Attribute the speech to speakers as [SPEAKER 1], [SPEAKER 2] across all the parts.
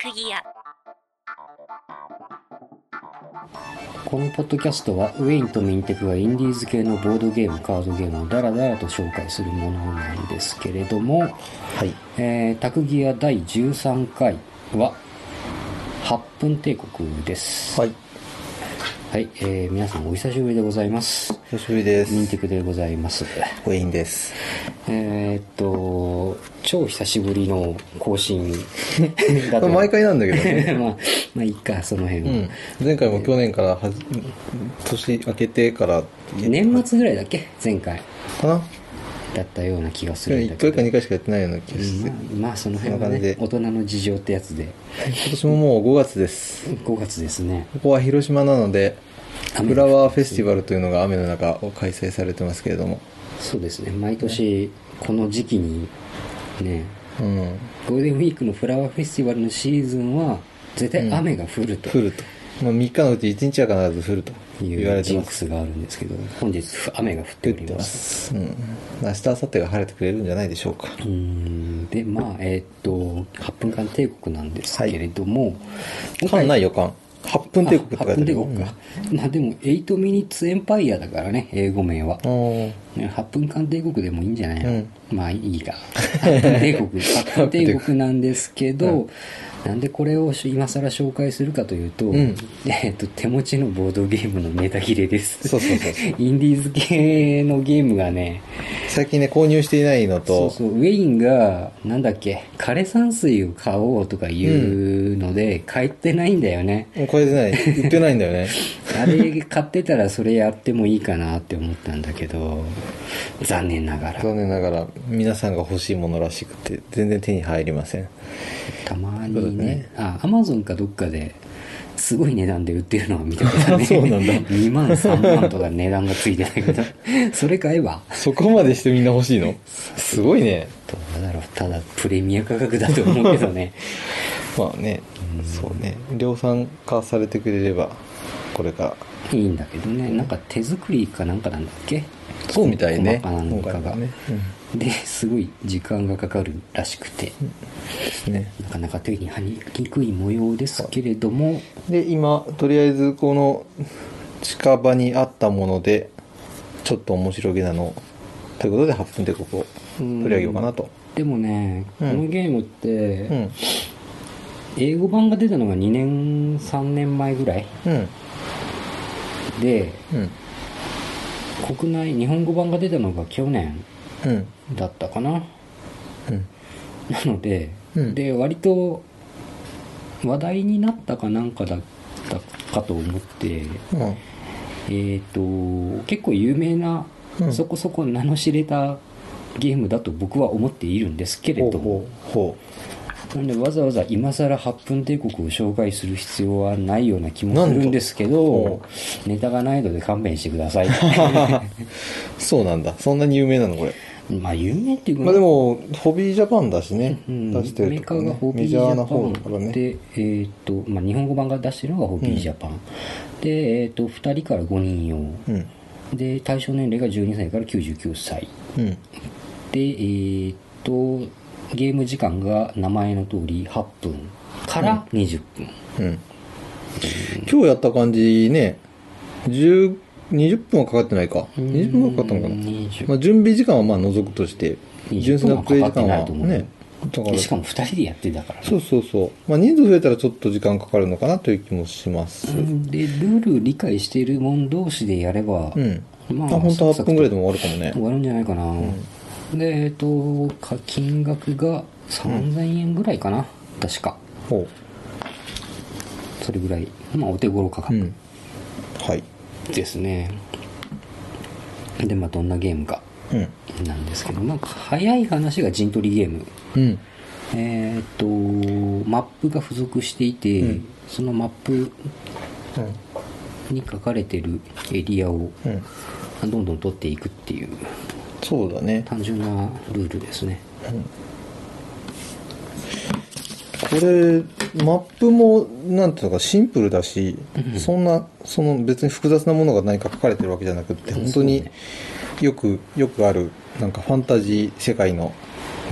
[SPEAKER 1] 釘屋
[SPEAKER 2] このポッドキャストはウェインとミンテクがインディーズ系のボードゲームカードゲームをダラダラと紹介するものなんですけれども、
[SPEAKER 3] はい。
[SPEAKER 2] えー、タクギア第13回は8分帝国です。
[SPEAKER 3] はい。
[SPEAKER 2] はい、えー、皆さんお久しぶりでございます。
[SPEAKER 3] 久しぶりで
[SPEAKER 2] ミン
[SPEAKER 3] す。
[SPEAKER 2] テクでございます。
[SPEAKER 3] ウェインです。
[SPEAKER 2] えーっと、超久しぶりの更新 だと。
[SPEAKER 3] まあ毎回なんだけ どね。
[SPEAKER 2] まあ、まあ、いいか、その辺は。
[SPEAKER 3] うん。前回も去年からはじ、年明けてから、
[SPEAKER 2] 年末ぐらいだっけ前回
[SPEAKER 3] かな
[SPEAKER 2] だったような気がするんだ
[SPEAKER 3] 1
[SPEAKER 2] けど
[SPEAKER 3] 回か。2回しかやってないような気がして。
[SPEAKER 2] まあ、まあその辺は
[SPEAKER 3] そんな感
[SPEAKER 2] ね
[SPEAKER 3] じで
[SPEAKER 2] 大人の事情ってやつで
[SPEAKER 3] 今年ももう5月です。
[SPEAKER 2] 5月ですね
[SPEAKER 3] ここは広島なので、
[SPEAKER 2] 雨
[SPEAKER 3] フラワーフェスティバルというのが雨の中を開催されてますけれども。
[SPEAKER 2] そうですね毎年この時期にね
[SPEAKER 3] うん。
[SPEAKER 2] ゴールデンウィークのフラワーフェスティバルのシーズンは絶対雨が降ると
[SPEAKER 3] 降ると。まあ3日のうち1日は必ず降ると言わ
[SPEAKER 2] い
[SPEAKER 3] れ
[SPEAKER 2] う
[SPEAKER 3] て
[SPEAKER 2] ジ
[SPEAKER 3] ま
[SPEAKER 2] ン
[SPEAKER 3] す
[SPEAKER 2] ク。スがあるんですけど本日雨が降って
[SPEAKER 3] 降
[SPEAKER 2] お
[SPEAKER 3] っ
[SPEAKER 2] り
[SPEAKER 3] て
[SPEAKER 2] ま
[SPEAKER 3] ますす。うん。明日、明後日が晴れてくれるんじゃないでしょうか。
[SPEAKER 2] うーんでまあえーっと8分間帝国なんですけれども、今
[SPEAKER 3] か
[SPEAKER 2] 回
[SPEAKER 3] んない予感。8分帝国って
[SPEAKER 2] あ
[SPEAKER 3] 書いてある
[SPEAKER 2] 8
[SPEAKER 3] よ。
[SPEAKER 2] 分帝国か、まあでも8ミニッツエンパイアだからね英語名は
[SPEAKER 3] うん。あ
[SPEAKER 2] ね8分間帝国でもいいんじゃないの、
[SPEAKER 3] うん
[SPEAKER 2] まあいい か。8分帝国、8分帝国なんですけど、なんでこれを今更紹介するかというと、
[SPEAKER 3] ん
[SPEAKER 2] えっと、手持ちのボードゲームのネタ切れで
[SPEAKER 3] ー
[SPEAKER 2] す。
[SPEAKER 3] そうそうそう。
[SPEAKER 2] インディーズ系のゲームがね、
[SPEAKER 3] 最近ね、購入していないの
[SPEAKER 2] そ
[SPEAKER 3] と、
[SPEAKER 2] うそう、ウェインが、なんだっけ、枯山水を買おうとか言うので、買ってないんだよね。
[SPEAKER 3] もうこれでない、売ってないんだよ ね。
[SPEAKER 2] あれ買ってたらそれやってもいいかなって思ったんだけど、残念ながら。
[SPEAKER 3] 残念ながら、皆さんが欲しいものらしくて、全然手に入りません。
[SPEAKER 2] たま
[SPEAKER 3] そうだ
[SPEAKER 2] にね
[SPEAKER 3] ね
[SPEAKER 2] あアマゾンかどっかですごい値段で売ってるのは見たことあるね
[SPEAKER 3] そうなんだ
[SPEAKER 2] 2万3万とか値段がついてないけど それ買えば
[SPEAKER 3] そこまでしてみんな欲しいのすごいね。
[SPEAKER 2] どうだろうただプレミア価格だと思うけど ね
[SPEAKER 3] まあね、そうね。量産化されてくれれば、これから。
[SPEAKER 2] いいんだけどねなんか手作りかなんかなんだっけ
[SPEAKER 3] そうみたいね。
[SPEAKER 2] 細かなのかが
[SPEAKER 3] 今回はね。うん。
[SPEAKER 2] ですごい時間がかかるらしくて
[SPEAKER 3] ですね。
[SPEAKER 2] なかなか手に入りにくい模様ですけれども
[SPEAKER 3] で、今、とりあえず、この、近場にあったもので、ちょっと面白げなのを、ということで、8分でここ、取り上げようかなと。
[SPEAKER 2] でもねこ
[SPEAKER 3] うん
[SPEAKER 2] のゲームっ
[SPEAKER 3] う
[SPEAKER 2] て
[SPEAKER 3] ん。
[SPEAKER 2] 英語版が出たのが2年3年前ぐらい
[SPEAKER 3] うん。
[SPEAKER 2] で
[SPEAKER 3] うん。
[SPEAKER 2] 国内日本語版が出たのが去年
[SPEAKER 3] うん。
[SPEAKER 2] だったかな
[SPEAKER 3] うん。
[SPEAKER 2] なので、
[SPEAKER 3] うん
[SPEAKER 2] で割と話題になったかなんかだったかと思って
[SPEAKER 3] うん。
[SPEAKER 2] えっ、と結構有名な、
[SPEAKER 3] うん
[SPEAKER 2] そこそこ名の知れたゲームだと僕は思っているんですけれども
[SPEAKER 3] うほ
[SPEAKER 2] なんでわざわざ今更8分帝国を紹介する必要はないような気もするんですけど
[SPEAKER 3] ほ
[SPEAKER 2] ネタがないので勘弁してくだ さい
[SPEAKER 3] う。そうなんだ。そんなに有名なのこれ。
[SPEAKER 2] まあ有名っていうか
[SPEAKER 3] まあでも、ホビージャパンだしね。
[SPEAKER 2] うん
[SPEAKER 3] 出して
[SPEAKER 2] メ
[SPEAKER 3] る
[SPEAKER 2] ー
[SPEAKER 3] と
[SPEAKER 2] カ
[SPEAKER 3] こ
[SPEAKER 2] ーが
[SPEAKER 3] ね
[SPEAKER 2] ホビ
[SPEAKER 3] メ
[SPEAKER 2] ージ
[SPEAKER 3] ジャーな
[SPEAKER 2] ャパ
[SPEAKER 3] 方だから
[SPEAKER 2] ン
[SPEAKER 3] ね。
[SPEAKER 2] で、えーっとまあ、日本語版が出してるのがホビージャパン、で、えーっと2人から5人用
[SPEAKER 3] うん。
[SPEAKER 2] で対象年齢が12歳から99歳
[SPEAKER 3] うん。
[SPEAKER 2] でえーっとゲーム時間が名前の通り8分から20分、
[SPEAKER 3] うん。今日やった感じね、10、20分はかかってないか。20分はかかったのかな。
[SPEAKER 2] 20
[SPEAKER 3] まあ準備時間はまあ除くとして、
[SPEAKER 2] 20
[SPEAKER 3] 純粋なプレイ時間
[SPEAKER 2] 分はかかってな
[SPEAKER 3] はい
[SPEAKER 2] と思う
[SPEAKER 3] ね。だから
[SPEAKER 2] でしかも2人でやってたからね
[SPEAKER 3] そうそうそう。まあ人数増えたらちょっと時間かかるのかなという気もします。
[SPEAKER 2] でルール理解している者同士でやれば、
[SPEAKER 3] うん。
[SPEAKER 2] ま
[SPEAKER 3] あ、
[SPEAKER 2] あ
[SPEAKER 3] 本当は8分ぐらいでも終わるかもね
[SPEAKER 2] 終。わるんじゃないかな、でえっ、と課金額が3000円ぐらいかな、確か
[SPEAKER 3] ほ
[SPEAKER 2] それぐらいまあお手頃価
[SPEAKER 3] う。う
[SPEAKER 2] 格
[SPEAKER 3] ん。はい。
[SPEAKER 2] ですね、でまあどんなゲームか
[SPEAKER 3] うん。
[SPEAKER 2] なんですけどまあ早い話が陣取りゲーム
[SPEAKER 3] うん。
[SPEAKER 2] えっ、とマップが付属していて、
[SPEAKER 3] うん
[SPEAKER 2] そのマップに書かれてるエリアを
[SPEAKER 3] うん。うん。
[SPEAKER 2] どんどん取っていくっていう
[SPEAKER 3] そうだね。
[SPEAKER 2] 単純なルールですね
[SPEAKER 3] これ、マップも、なんていうのか、シンプルだし、そんな、その別に複雑なものが何か書かれてるわけじゃなくって、本当によく、よくある、なんかファンタジー世界の、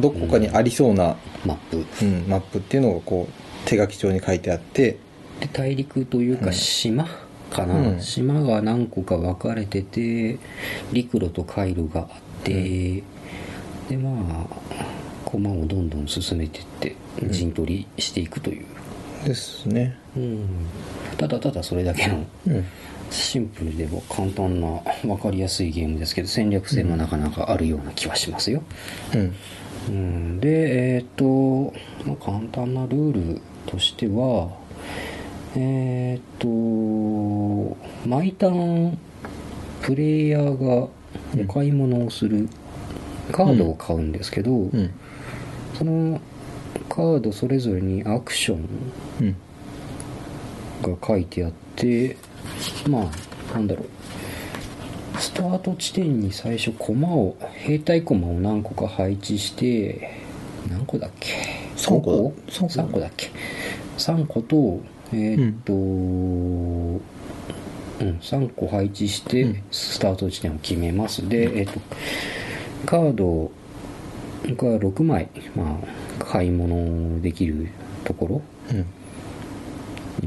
[SPEAKER 3] どこかにありそうな、
[SPEAKER 2] マップ
[SPEAKER 3] うん、マップっていうのがこう、手書き帳に書いてあって、
[SPEAKER 2] で大陸というか島かな、
[SPEAKER 3] うん
[SPEAKER 2] 島が何個か分かれてて陸路と海路があって、でまあ駒をどんどん進めてって陣取りしていくという、
[SPEAKER 3] ですね。
[SPEAKER 2] うんただただそれだけの
[SPEAKER 3] うん。
[SPEAKER 2] シンプルでも簡単な分かりやすいゲームですけど戦略性もなかなかあるような気はしますよ、
[SPEAKER 3] うん。
[SPEAKER 2] うん、でえーっと、まあ簡単なルールとしてはえーっと毎ターンプレイヤーがお買い物をする、カードを買うんですけど、
[SPEAKER 3] うん。
[SPEAKER 2] そのカードそれぞれにアクション
[SPEAKER 3] うん。
[SPEAKER 2] が書いてあってまあなんだろうスタート地点に最初駒を兵隊駒を何個か配置して何個だっけ
[SPEAKER 3] 三個
[SPEAKER 2] 3個
[SPEAKER 3] 三個
[SPEAKER 2] ,3 個だっけ3個とえーっと、うん3個配置し
[SPEAKER 3] う
[SPEAKER 2] て
[SPEAKER 3] ん
[SPEAKER 2] スタート地点を決めます、で、えーっとカードが6枚、まあ、買い物できるところ
[SPEAKER 3] うん。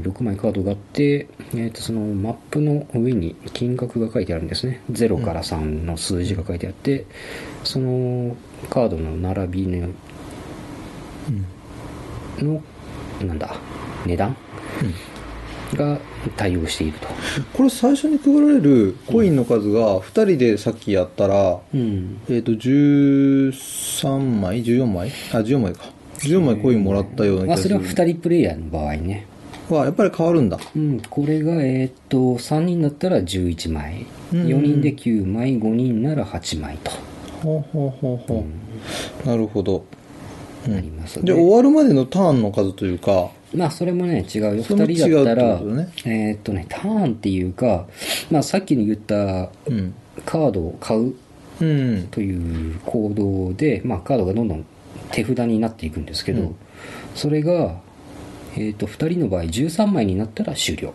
[SPEAKER 2] 6枚カードがあって、えー、とそのマップの上に金額が書いてあるんですね0から3の数字が書いてあって、そのカードの並びの
[SPEAKER 3] うん。
[SPEAKER 2] のなんだ値段が対応していると
[SPEAKER 3] これ最初に配られるコインの数が2人でさっきやったら、
[SPEAKER 2] うん
[SPEAKER 3] えっ、と、13枚 ?14 枚あ、14枚か。14枚コインもらったような気
[SPEAKER 2] まあ
[SPEAKER 3] が
[SPEAKER 2] そ
[SPEAKER 3] す
[SPEAKER 2] れ
[SPEAKER 3] る。
[SPEAKER 2] は2人プレイヤーの場合ね
[SPEAKER 3] はやっぱり変わるんだ。
[SPEAKER 2] うん、これが、えーっと、3人だったら11枚、
[SPEAKER 3] うん
[SPEAKER 2] 4人で9枚、5人なら8枚と
[SPEAKER 3] ほうほうほうほう。なるほど。う
[SPEAKER 2] なり
[SPEAKER 3] ん。
[SPEAKER 2] ますので
[SPEAKER 3] じゃあ終わるまでのターンの数というか、
[SPEAKER 2] まあそれもね違うよ
[SPEAKER 3] それも
[SPEAKER 2] 2人だったら
[SPEAKER 3] 違うってことね
[SPEAKER 2] えーっとねターンっていうか、まあ、さっきの言った
[SPEAKER 3] うん。
[SPEAKER 2] カードを買う
[SPEAKER 3] うん。
[SPEAKER 2] という行動で、まあ、カードがどんどん手札になっていくんですけど、
[SPEAKER 3] うん
[SPEAKER 2] それが、えーっと2人の場合13枚になったら終了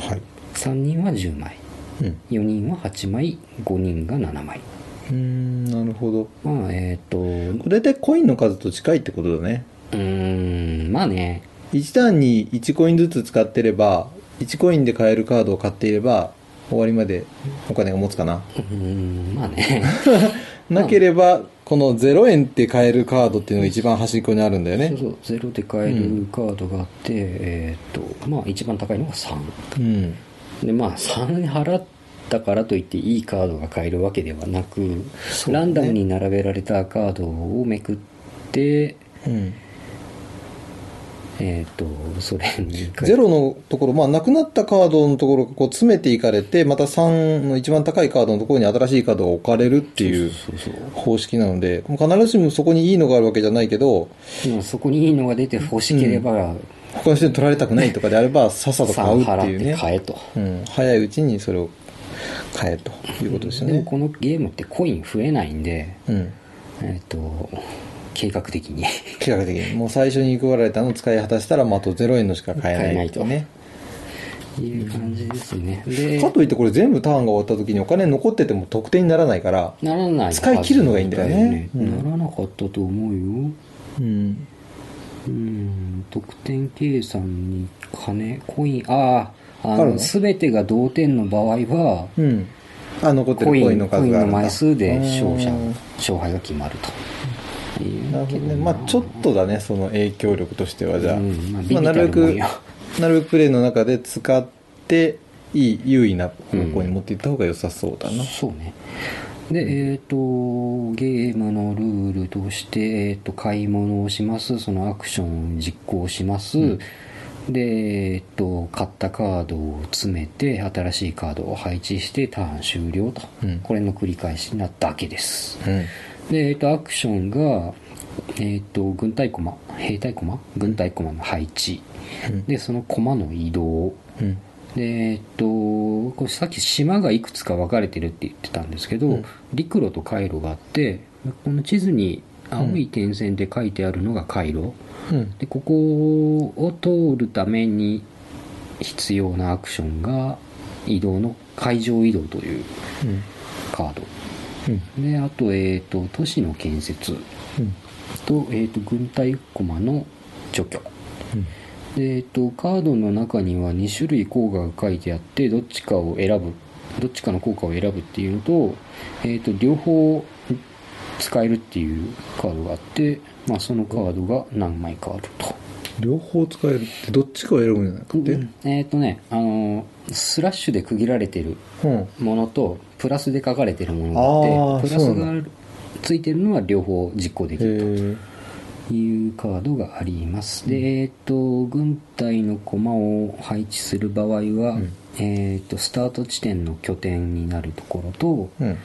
[SPEAKER 3] はい。
[SPEAKER 2] 3人は10枚
[SPEAKER 3] うん。
[SPEAKER 2] 4人は8枚5人が7枚
[SPEAKER 3] うーん、なるほど。
[SPEAKER 2] まあえーっとう
[SPEAKER 3] だいたいコインの数と近いってことだね。
[SPEAKER 2] ーんまあね
[SPEAKER 3] 1ターンに1コインずつ使ってれば、1コインで買えるカードを買っていれば、終わりまでお金が持つかな。
[SPEAKER 2] うーんまあね
[SPEAKER 3] なければ、この0円って買えるカードっていうのが一番端っこにあるんだよ
[SPEAKER 2] そう
[SPEAKER 3] ね。
[SPEAKER 2] そうゼロで買えるカードがあって、えーっとまあ一番高いのが3
[SPEAKER 3] うん。
[SPEAKER 2] でまあ3払ったからといっていいカードが買えるわけではなく、
[SPEAKER 3] そうね
[SPEAKER 2] ランダムに並べられたカードをめくって
[SPEAKER 3] うん。
[SPEAKER 2] えーっとそれに
[SPEAKER 3] ゼロのところ、まあ、なくなったカードのところがこう詰めていかれて、また3の一番高いカードのところに新しいカードが置かれるっていう
[SPEAKER 2] そうそう
[SPEAKER 3] 方式なので、もう必ずしもそこにいいのがあるわけじゃないけど、
[SPEAKER 2] まあそこにいいのが出て欲しければ、
[SPEAKER 3] 他の人に取られたくないとかであれば、さっさと
[SPEAKER 2] 三
[SPEAKER 3] 買う
[SPEAKER 2] 払っ
[SPEAKER 3] っていう
[SPEAKER 2] て
[SPEAKER 3] ね。
[SPEAKER 2] 買えと、
[SPEAKER 3] うん、早いうちにそれを買えということですよ
[SPEAKER 2] でも
[SPEAKER 3] ね。
[SPEAKER 2] このゲームってコイン増えないんで
[SPEAKER 3] うん。
[SPEAKER 2] えーっと計画的に
[SPEAKER 3] 計画的に。もう最初に配られたのを使い果たしたら、まあ、あと0円のしか
[SPEAKER 2] 買
[SPEAKER 3] 買
[SPEAKER 2] え
[SPEAKER 3] え
[SPEAKER 2] な
[SPEAKER 3] ないい
[SPEAKER 2] と
[SPEAKER 3] ね。
[SPEAKER 2] いう感じですねで
[SPEAKER 3] かといってこれ全部ターンが終わった時にお金残ってても得点にならないから、
[SPEAKER 2] ならないはず
[SPEAKER 3] 使い切るのがいいんだよね
[SPEAKER 2] だよ
[SPEAKER 3] うん
[SPEAKER 2] ならなかったと思うよ
[SPEAKER 3] うん。
[SPEAKER 2] うん得点計算に金コインあああ
[SPEAKER 3] ある
[SPEAKER 2] の
[SPEAKER 3] の
[SPEAKER 2] 全てが同点の場合は
[SPEAKER 3] うん。あ、残ってる
[SPEAKER 2] コ
[SPEAKER 3] コ
[SPEAKER 2] インコ
[SPEAKER 3] イ
[SPEAKER 2] イ
[SPEAKER 3] ン
[SPEAKER 2] ン
[SPEAKER 3] の
[SPEAKER 2] の
[SPEAKER 3] 数があるんだ
[SPEAKER 2] 枚数で勝者
[SPEAKER 3] うん
[SPEAKER 2] 勝敗が決まるという
[SPEAKER 3] なるほどね。まあ、ちょっとだね、その影響力としては、じゃあ。
[SPEAKER 2] うんまあ
[SPEAKER 3] まあ、なるべ
[SPEAKER 2] 微
[SPEAKER 3] く
[SPEAKER 2] 々たるもんよ、
[SPEAKER 3] なるべくプレイの中で使って、いい、優位な方向に持っていった方が良さそうだな。
[SPEAKER 2] そうねでえっ、とゲームのルールとして、えー、と買い物をしますそのアクションを実行します、でえっ、と買ったカードを詰めて新しいカードを配置してターン終了と、
[SPEAKER 3] うん
[SPEAKER 2] これの繰り返しなだけです
[SPEAKER 3] うん。
[SPEAKER 2] でえっ、とアクションがえっ、と軍隊駒兵隊駒軍隊駒の配置
[SPEAKER 3] うん
[SPEAKER 2] でその駒の移動
[SPEAKER 3] うん。
[SPEAKER 2] でえっとこれさっき島がいくつか分かれてるって言ってたんですけど、
[SPEAKER 3] うん
[SPEAKER 2] 陸路と回路があってこの地図に青い点線で書いてあるのが回路、
[SPEAKER 3] うん。
[SPEAKER 2] でここを通るために必要なアクションが移動の海上移動という
[SPEAKER 3] うん。
[SPEAKER 2] カード
[SPEAKER 3] うん。
[SPEAKER 2] であと,、えっと都市の建設
[SPEAKER 3] うん。
[SPEAKER 2] と,、えっと軍隊駒の除去でえっと、カードの中には2種類効果が書いてあってどっちかを選ぶどっちかの効果を選ぶっていうのと,、えっと両方使えるっていうカードがあって、まあ、そのカードが何枚かあると。
[SPEAKER 3] 両方使えるってどっちかを選ぶんじゃなくて
[SPEAKER 2] うんえっ、とねあのスラッシュで区切られてる
[SPEAKER 3] うん
[SPEAKER 2] ものとプラスで書かれてるものがあって
[SPEAKER 3] あー
[SPEAKER 2] プラス
[SPEAKER 3] そうな
[SPEAKER 2] がついてるのは両方実行できる
[SPEAKER 3] え
[SPEAKER 2] というカードがありますでえっ、と軍隊の駒を配置する場合は、えっ、とスタート地点の拠点になるところと,、
[SPEAKER 3] ーうん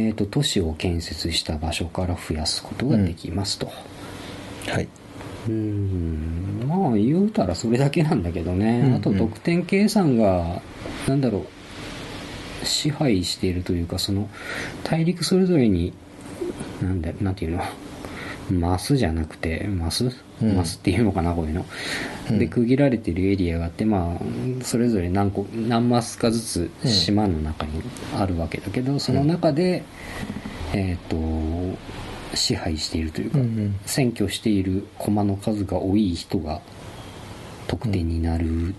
[SPEAKER 2] えっと都市を建設した場所から増やすことができますと、
[SPEAKER 3] はい、
[SPEAKER 2] うんまあ言うたらそれだけなんだけどね、
[SPEAKER 3] うんうん
[SPEAKER 2] あと得点計算がなんだろう支配しているというかその大陸それぞれになんだなんていうのマスじゃなくてマス、
[SPEAKER 3] うん
[SPEAKER 2] マスっていうのかなこういうの、
[SPEAKER 3] うん
[SPEAKER 2] で区切られてるエリアがあってまあそれぞれ何個何マスかずつ
[SPEAKER 3] うん
[SPEAKER 2] 島の中にあるわけだけど、その中で、えっ、と支配しているというか、
[SPEAKER 3] ん
[SPEAKER 2] 占拠している駒の数が多い人が得点になる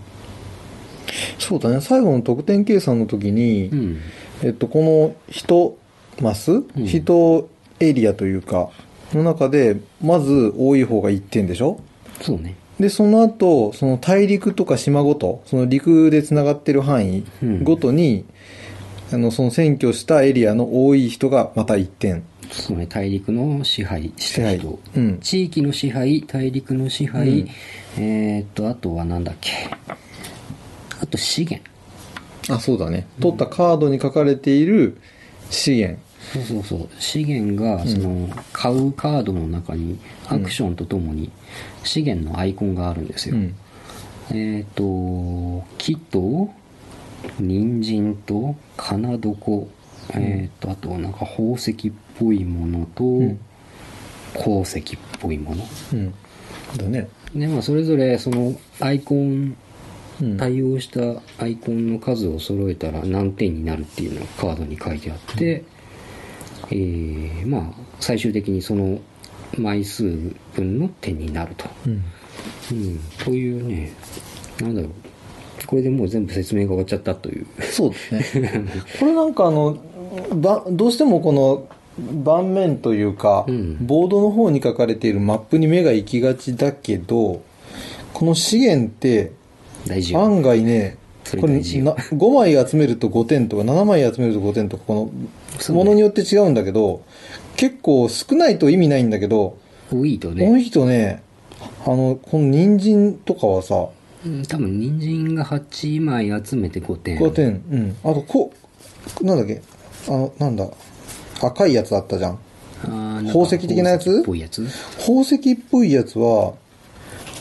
[SPEAKER 3] そうだね最後の得点計算の時に、
[SPEAKER 2] うん
[SPEAKER 3] えっと、この人マス、
[SPEAKER 2] ん
[SPEAKER 3] 人エリアというかの中でまず多い方が1点でしょ
[SPEAKER 2] そうね
[SPEAKER 3] でその後その大陸とか島ごとその陸でつながってる範囲
[SPEAKER 2] うん
[SPEAKER 3] ごとに、あのその占拠したエリアの多い人がまた1点
[SPEAKER 2] そうね大陸の支配した
[SPEAKER 3] はい
[SPEAKER 2] 人、
[SPEAKER 3] うん
[SPEAKER 2] 地域の支配大陸の支配、
[SPEAKER 3] うん
[SPEAKER 2] えーっとあとはなんだっけあと資源
[SPEAKER 3] あそうだね取ったカードに書かれている資源
[SPEAKER 2] そうそうそう資源がその、買うカードの中にアクションとともに資源のアイコンがあるんですよ、
[SPEAKER 3] うん
[SPEAKER 2] えっ、と木と人参と金床、えっ、とあとなんか宝石っぽいものと、
[SPEAKER 3] ん
[SPEAKER 2] 鉱石っぽいもの
[SPEAKER 3] うんだね
[SPEAKER 2] でまあそれぞれそのアイコン
[SPEAKER 3] うん
[SPEAKER 2] 対応したアイコンの数を揃えたら何点になるっていうのがカードに書いてあって、えーまあ最終的にその枚数分の点になると。
[SPEAKER 3] うん
[SPEAKER 2] うん、というね、なんだろう。これでもう全部説明が終わっちゃったという。
[SPEAKER 3] そうですね。これなんかあの、ば、どうしてもこの、盤面というか、
[SPEAKER 2] うん
[SPEAKER 3] ボードの方に書かれているマップに目が行きがちだけど、この資源って、
[SPEAKER 2] 大事よ。
[SPEAKER 3] 案外ね、
[SPEAKER 2] それ
[SPEAKER 3] これな
[SPEAKER 2] 大事よ
[SPEAKER 3] 5枚集めると5点とか7枚集めると5点とかこ
[SPEAKER 2] そ
[SPEAKER 3] の
[SPEAKER 2] うね
[SPEAKER 3] ものによって違うんだけど、結構少ないと意味ないんだけど、
[SPEAKER 2] 多いと
[SPEAKER 3] この
[SPEAKER 2] ね、
[SPEAKER 3] 人ねあのこの人参とかはさ
[SPEAKER 2] うん多分人参が8枚集めて5点。
[SPEAKER 3] 5点、うん。あと、こう、なんだっけ、あの、なんだ、赤いやつあったじゃん。
[SPEAKER 2] あーなんか
[SPEAKER 3] 宝石的なや
[SPEAKER 2] 宝石
[SPEAKER 3] つ
[SPEAKER 2] っぽいやつ。
[SPEAKER 3] 宝石っぽいやつは、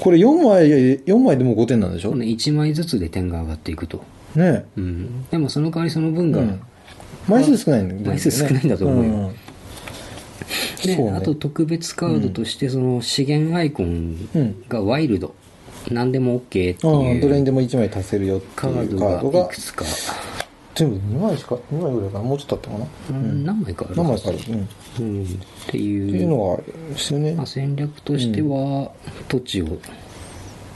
[SPEAKER 3] これ4枚、四枚でも5点なんでしょ
[SPEAKER 2] こ
[SPEAKER 3] ね
[SPEAKER 2] れ1枚ずつで点が上がっていくと。
[SPEAKER 3] え。
[SPEAKER 2] うん。でもその代わりその分が、
[SPEAKER 3] うん枚数少ないんだよね。
[SPEAKER 2] 枚数少ないんだと思うよ
[SPEAKER 3] ん
[SPEAKER 2] で
[SPEAKER 3] そうね
[SPEAKER 2] あと特別カードとしてその資源アイコンがワイルド。何でも OK って
[SPEAKER 3] うん。どれ
[SPEAKER 2] い
[SPEAKER 3] に
[SPEAKER 2] う
[SPEAKER 3] でも1枚足せるよって
[SPEAKER 2] カ
[SPEAKER 3] い
[SPEAKER 2] ー
[SPEAKER 3] う
[SPEAKER 2] ド
[SPEAKER 3] カード
[SPEAKER 2] がい
[SPEAKER 3] が
[SPEAKER 2] く、つか。
[SPEAKER 3] 全部2枚しか、2枚ぐらいかな。もうちょっとあったかな。
[SPEAKER 2] うん何枚かある
[SPEAKER 3] 何枚かある。うん。っ
[SPEAKER 2] うん。って
[SPEAKER 3] ていうのがあるんですよね
[SPEAKER 2] まあ、。戦略としては土地を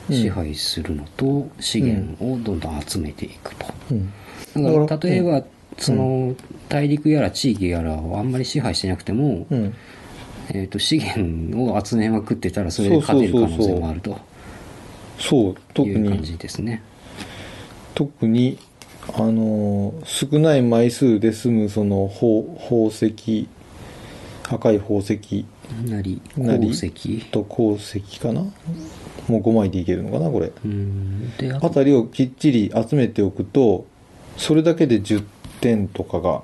[SPEAKER 2] 支配するのと資源をどんどん集めていくと、
[SPEAKER 3] うん。
[SPEAKER 2] だから
[SPEAKER 3] だから
[SPEAKER 2] 例えばその大陸やら地域やらをあんまり支配してなくても、
[SPEAKER 3] うん。
[SPEAKER 2] えー、と資源を集めまくってたらそれで勝てる可能性もあると
[SPEAKER 3] そう、特
[SPEAKER 2] いう
[SPEAKER 3] に
[SPEAKER 2] 感。じですね
[SPEAKER 3] 特にあのー少ない枚数で済むその宝宝石赤い宝石
[SPEAKER 2] なり
[SPEAKER 3] なり
[SPEAKER 2] 鉱石
[SPEAKER 3] と鉱石かなもう5枚でいけるのかなこれ
[SPEAKER 2] うんであ
[SPEAKER 3] あ
[SPEAKER 2] と
[SPEAKER 3] たりをきっちり集めておくとそれだけで10点とかが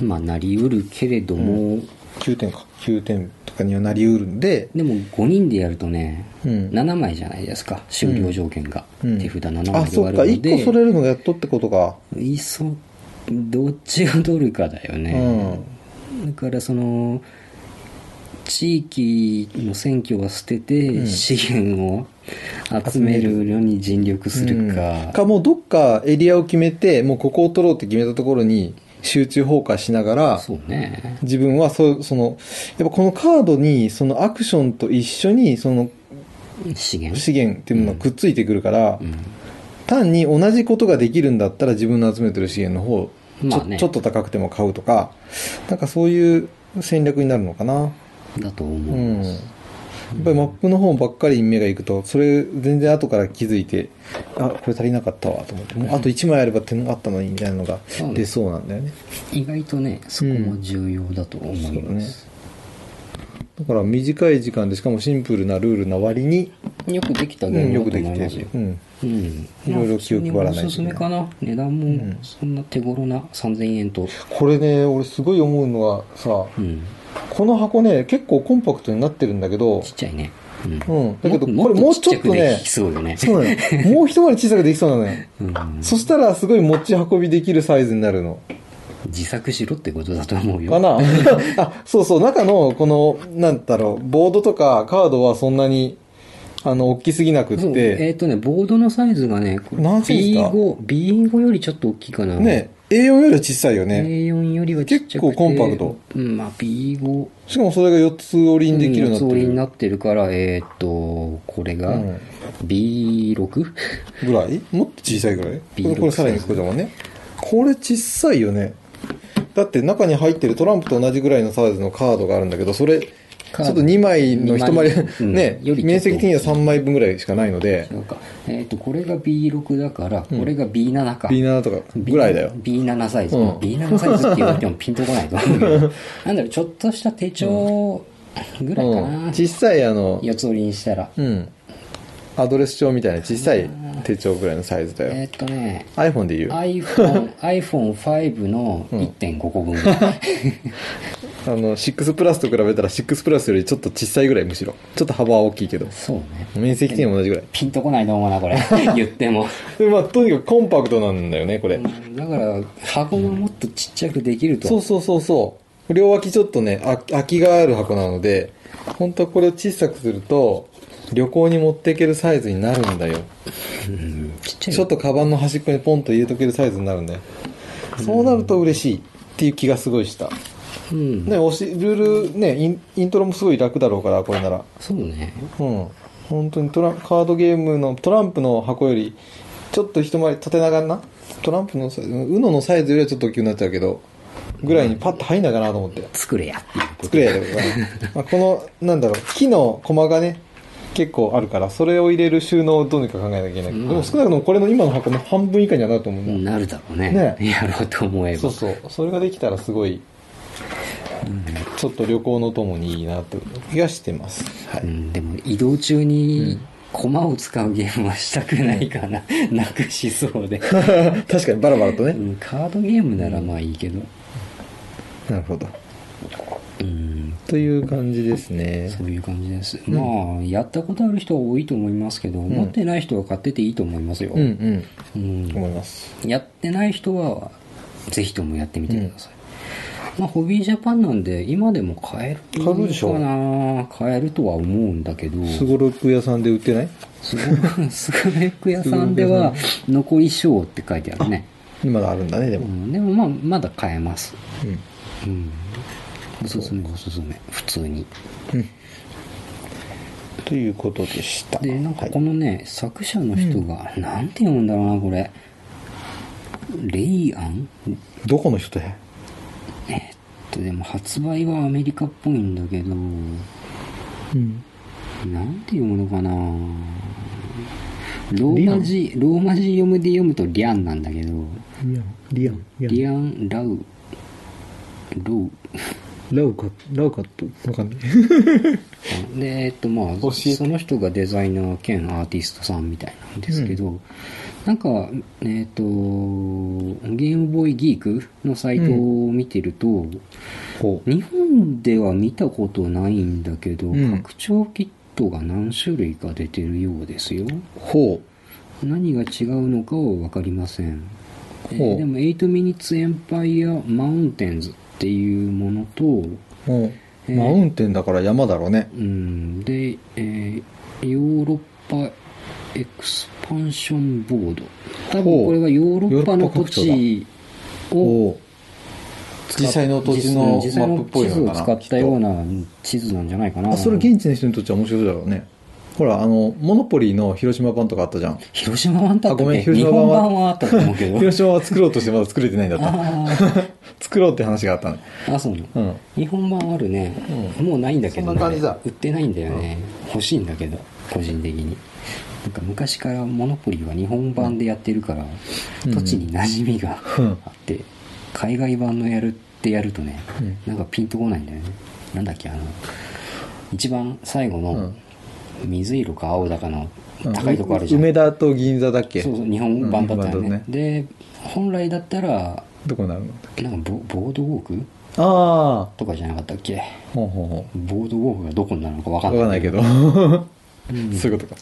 [SPEAKER 2] まあなりうるけれども、
[SPEAKER 3] 9点か9点とかにはなりうるんで
[SPEAKER 2] でも5人でやるとね
[SPEAKER 3] うん
[SPEAKER 2] 7枚じゃないですか終了条件が、
[SPEAKER 3] うん
[SPEAKER 2] 手札7
[SPEAKER 3] あ
[SPEAKER 2] 枚で
[SPEAKER 3] そっ
[SPEAKER 2] 割る
[SPEAKER 3] か
[SPEAKER 2] ので
[SPEAKER 3] 1個それるのがやっとってことか
[SPEAKER 2] いっそどっちを取るかだよ
[SPEAKER 3] う
[SPEAKER 2] ね、
[SPEAKER 3] ん
[SPEAKER 2] だからその地域の選挙は捨てて、
[SPEAKER 3] ん
[SPEAKER 2] 資源を集めるのに尽力する
[SPEAKER 3] うん
[SPEAKER 2] か、
[SPEAKER 3] かもうどっかエリアを決めてもうここを取ろうって決めたところに集中砲火しながら
[SPEAKER 2] そうね
[SPEAKER 3] 自分はそそのやっぱこのカードにそのアクションと一緒にその
[SPEAKER 2] 資源
[SPEAKER 3] 資源っていうものがくっついてくるから、
[SPEAKER 2] うん
[SPEAKER 3] 単に同じことができるんだったら自分の集めてる資源の方ちょ,、
[SPEAKER 2] まあね
[SPEAKER 3] ちょっと高くても買うとかなんかそういう戦略になるのかな
[SPEAKER 2] だと
[SPEAKER 3] う
[SPEAKER 2] 思う、
[SPEAKER 3] んやっぱりマップの方ばっかりに目が行くとそれ全然後から気づいてあこれ足りなかったわと思ってもうあと1枚あれば点があったのにみたいなのが
[SPEAKER 2] うん
[SPEAKER 3] 出そうなんだよね
[SPEAKER 2] 意外とねそこも重要だと思います、
[SPEAKER 3] だから短い時間でしかもシンプルなルールな割に、
[SPEAKER 2] よくできた
[SPEAKER 3] う
[SPEAKER 2] ゲー
[SPEAKER 3] ん、よ
[SPEAKER 2] ムだと
[SPEAKER 3] くでき
[SPEAKER 2] 思い
[SPEAKER 3] て
[SPEAKER 2] ますよ
[SPEAKER 3] る、うん、
[SPEAKER 2] うん
[SPEAKER 3] いろいろ気を配らないとね
[SPEAKER 2] おすすめかな値段もそんな手頃な3000円と
[SPEAKER 3] これね俺すごい思うのはさ
[SPEAKER 2] うん
[SPEAKER 3] この箱ね結構コンパクトになってるんだけど
[SPEAKER 2] ちっちゃいねうん
[SPEAKER 3] うんだけど
[SPEAKER 2] も
[SPEAKER 3] これもうちょっとね
[SPEAKER 2] もっちっちゃくできそうよね
[SPEAKER 3] そうなのもう一回り小さくできそうなのよ
[SPEAKER 2] うん
[SPEAKER 3] そしたらすごい持ち運びできるサイズになるの
[SPEAKER 2] 自作しろってことだと思うよ
[SPEAKER 3] か なあそうそう中のこのなんだろうボードとかカードはそんなにあの大きすぎなくっ
[SPEAKER 2] そうえ
[SPEAKER 3] て
[SPEAKER 2] っ、とねボードのサイズがねこれ
[SPEAKER 3] 何センチだ
[SPEAKER 2] B5, B5 よりちょっと大きいかな
[SPEAKER 3] ね A4 よりは小さいよね
[SPEAKER 2] A4 よりはちっちゃくて
[SPEAKER 3] 結構コンパクト
[SPEAKER 2] うんまあ B5
[SPEAKER 3] しかもそれが4つ折りにできるようになって
[SPEAKER 2] うん四つ折りに
[SPEAKER 3] る
[SPEAKER 2] なってるからえっ、とこれが
[SPEAKER 3] うん
[SPEAKER 2] B6
[SPEAKER 3] ぐらいもっと小さいぐらいこ
[SPEAKER 2] ビー
[SPEAKER 3] れ
[SPEAKER 2] ル
[SPEAKER 3] これさらにこれだもんねこれ小さいよねだって中に入ってるトランプと同じぐらいのサイズのカードがあるんだけどそれち
[SPEAKER 2] カ
[SPEAKER 3] ょ
[SPEAKER 2] ー
[SPEAKER 3] っ
[SPEAKER 2] ド
[SPEAKER 3] と2枚の1枚
[SPEAKER 2] 二枚うん
[SPEAKER 3] ね
[SPEAKER 2] よりちょっと
[SPEAKER 3] 面積的には3枚分ぐらいしかないので
[SPEAKER 2] なんかえっ、とこれが B6 だからこれが B7 か、
[SPEAKER 3] B7 とかぐらいだよ
[SPEAKER 2] B7 サイズ、
[SPEAKER 3] うん
[SPEAKER 2] B7 サイズって言われてもピンとこないと思うけど なんだろうちょっとした手帳ぐらいか
[SPEAKER 3] うん
[SPEAKER 2] な、
[SPEAKER 3] 小さいあの
[SPEAKER 2] 四つ折りにしたら
[SPEAKER 3] うん。アドレス帳みたいな小さい手帳ぐらいのサイズだ
[SPEAKER 2] え
[SPEAKER 3] よ。
[SPEAKER 2] ーっとね
[SPEAKER 3] iPhone で言う。あ
[SPEAKER 2] iPhone iPhone5 の1.5個分 ぐらい、
[SPEAKER 3] の、6プラスと比べたら6プラスよりちょっと小さいぐらいむしろ。ちょっと幅は大きいけど。
[SPEAKER 2] そうね
[SPEAKER 3] 面積的にも同じぐらい。
[SPEAKER 2] ピンとこないと思うな これ言っても
[SPEAKER 3] でまあ、とにかくコンパクトなんだよね、これ。
[SPEAKER 2] だから箱がもっとちっちゃくできると、
[SPEAKER 3] そうそうそうそう。両脇ちょっとね、あ空きがある箱なので、本当はこれを小さくすると、旅行に持っていけるサイズになるんだよ。
[SPEAKER 2] うんちっちゃい
[SPEAKER 3] ちょっとカバンの端っこにポンと入れとけるサイズになるんだよ。そうなると嬉しいっていう気がすごいした。
[SPEAKER 2] うん
[SPEAKER 3] ね、おしルールねインイントロもすごい楽だろうからこれなら
[SPEAKER 2] そうね
[SPEAKER 3] うん本当にトランカードゲームのトランプの箱よりちょっと一回り縦長なトランプのサイズ UNO のサイズよりはちょっと大きくなっちゃうけどぐらいにパッと入んないかなと思って
[SPEAKER 2] 作れやっていうこと
[SPEAKER 3] 作れやでございますまあこのなんだろう木の駒がね結構あるからそれを入れる収納をどうにか考えなきゃいけない、
[SPEAKER 2] うん
[SPEAKER 3] でも少なくともこれの今の箱の半分以下にはなると思うんだよ、
[SPEAKER 2] なるだろうね
[SPEAKER 3] ね
[SPEAKER 2] やろうと思えば
[SPEAKER 3] そうそうそれができたらすごいちょっと旅行のともにいいなという気がしてます、は
[SPEAKER 2] う
[SPEAKER 3] い、
[SPEAKER 2] ん、でも移動中に駒を使うゲームはしたくないかな、なくしそうで、
[SPEAKER 3] 確かにバラバラと
[SPEAKER 2] う
[SPEAKER 3] ね
[SPEAKER 2] ん、カードゲームならまあいいけど、
[SPEAKER 3] なるほど
[SPEAKER 2] うん、
[SPEAKER 3] という感じですね
[SPEAKER 2] そういう感じです、まあやったことある人は多いと思いますけど、持ってない人は買ってていいと思いますよ、
[SPEAKER 3] うんうん
[SPEAKER 2] うん
[SPEAKER 3] 思います
[SPEAKER 2] やってない人はぜひともやってみてください、まあ、ホビージャパンなんで今でも買える
[SPEAKER 3] 買えるでしょ
[SPEAKER 2] かな買えるとは思うんだけど
[SPEAKER 3] すごろく屋さんで売ってない
[SPEAKER 2] すごスクレック屋さんでは「残り賞」って書いてあるね、
[SPEAKER 3] 今だあるんだねで
[SPEAKER 2] う
[SPEAKER 3] も、
[SPEAKER 2] ん、でもまあまだ買えます、
[SPEAKER 3] うん
[SPEAKER 2] うん、おすすめおすすめ普通に
[SPEAKER 3] ということでした
[SPEAKER 2] でなんか
[SPEAKER 3] はい
[SPEAKER 2] このね、作者の人が、なんて読むんだろうなこれレイアン
[SPEAKER 3] どこの人だよ
[SPEAKER 2] えっとでも発売はアメリカっぽいんだけど
[SPEAKER 3] うん
[SPEAKER 2] なんて読むのかなローマ字ローマ字読むで読むとリャンなんだけど
[SPEAKER 3] リアンリアン
[SPEAKER 2] リアン・ラウロウ
[SPEAKER 3] ラウカラウカットわかんない
[SPEAKER 2] でえっとまあ
[SPEAKER 3] 教えて
[SPEAKER 2] その人がデザイナー兼アーティストさんみたいなんですけど、なんかえっとゲームボーイギークのサイトを見てると、
[SPEAKER 3] ほう
[SPEAKER 2] 日本では見たことないんだけど、
[SPEAKER 3] うん
[SPEAKER 2] 拡張キットが何種類か出てるようですよ
[SPEAKER 3] ほ
[SPEAKER 2] 何が違うのかは分かりません、えー
[SPEAKER 3] ほう
[SPEAKER 2] でも8ミニッツエンパイアマウンテンズっていうものと
[SPEAKER 3] うほう
[SPEAKER 2] えー
[SPEAKER 3] マウンテンだから山だろうね
[SPEAKER 2] うんで、えーヨーロッパエクスパンションボード多分
[SPEAKER 3] ほう
[SPEAKER 2] これはヨーロッパの土地を
[SPEAKER 3] ほう実際の土地の
[SPEAKER 2] うん実際の
[SPEAKER 3] マップっぽいのかな
[SPEAKER 2] 地図を使ったような地図なんじゃないかな
[SPEAKER 3] あそれ現地の人にとっては面白いだろうねほら、あの、モノポリーの広島版とかあったじゃん。
[SPEAKER 2] 広島版だ
[SPEAKER 3] あ、
[SPEAKER 2] った
[SPEAKER 3] ご
[SPEAKER 2] っ
[SPEAKER 3] めん、
[SPEAKER 2] け
[SPEAKER 3] 広
[SPEAKER 2] 日
[SPEAKER 3] 島
[SPEAKER 2] 本
[SPEAKER 3] 版は。
[SPEAKER 2] 版はあったと思うけど
[SPEAKER 3] 広島は作ろうとしてまだ作れてないんだった。
[SPEAKER 2] あー
[SPEAKER 3] 作ろうって話があったの。
[SPEAKER 2] あそうなの
[SPEAKER 3] うん。
[SPEAKER 2] 日本版あるね、もうないんだけど
[SPEAKER 3] そんな感じだ
[SPEAKER 2] あれ売ってないんだよね、欲しいんだけど個人的になんか昔からモノポリーは日本版でやってるから、
[SPEAKER 3] うん
[SPEAKER 2] 土地に馴染みが
[SPEAKER 3] うん
[SPEAKER 2] あって、海外版のやるってやるとね、
[SPEAKER 3] うん
[SPEAKER 2] なんかピンとこないんだよねなんだっけあの一番最後
[SPEAKER 3] う
[SPEAKER 2] の
[SPEAKER 3] ん
[SPEAKER 2] 水色か青だかの高いとこあるじゃん、
[SPEAKER 3] 梅田と銀座だっけ
[SPEAKER 2] そうそう日本版だったよ
[SPEAKER 3] うん
[SPEAKER 2] ね
[SPEAKER 3] 日本版だね,、
[SPEAKER 2] で本来だったら
[SPEAKER 3] どこになるの
[SPEAKER 2] なんかボボードウォーク
[SPEAKER 3] ああ。
[SPEAKER 2] とかじゃなかったっけ
[SPEAKER 3] ほうほうほ
[SPEAKER 2] ボードウォークがどこになるのか分かん
[SPEAKER 3] う。
[SPEAKER 2] ない
[SPEAKER 3] わかんないけど。そういうことか。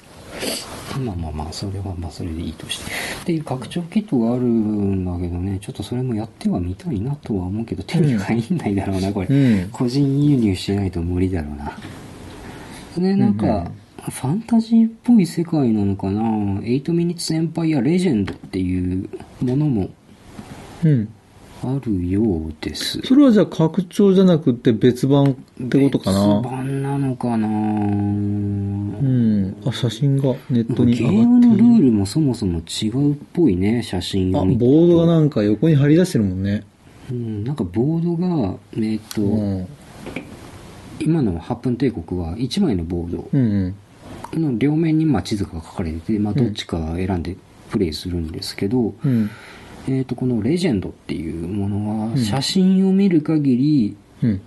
[SPEAKER 2] まあまあまあそれはまあそれでいいとしてっていう拡張キットがあるんだけどねちょっとそれもやってはみたいなとは思うけど手に入んないだろうなこれ、
[SPEAKER 3] うん
[SPEAKER 2] 個人輸入してないと無理だろうなでなんか、
[SPEAKER 3] うんうん
[SPEAKER 2] ファンタジーっぽい世界なのかな8ミニッツエンパイアレジェンドっていうものも
[SPEAKER 3] うん。
[SPEAKER 2] あるようです
[SPEAKER 3] それはじゃあ拡張じゃなくて別版ってことか
[SPEAKER 2] 別
[SPEAKER 3] な。
[SPEAKER 2] 版なのかな
[SPEAKER 3] うん。あ、写真がネットに
[SPEAKER 2] ゲー
[SPEAKER 3] 上が
[SPEAKER 2] ム
[SPEAKER 3] って
[SPEAKER 2] のルールもそもそも違うっぽいね写真
[SPEAKER 3] あ、
[SPEAKER 2] を見て
[SPEAKER 3] ボードがなんか横に張り出してるもんね。
[SPEAKER 2] うん、なんかボードがえーっと、
[SPEAKER 3] うん。
[SPEAKER 2] 今のハップン帝国は1枚のボード
[SPEAKER 3] うん
[SPEAKER 2] の両面にまあ地図が書かれてて、まあ、どっちか選んでプレイするんですけど、
[SPEAKER 3] うん。うん。
[SPEAKER 2] えーっとこの「レジェンド」っていうものは
[SPEAKER 3] ん
[SPEAKER 2] 写真を見る限り
[SPEAKER 3] うん。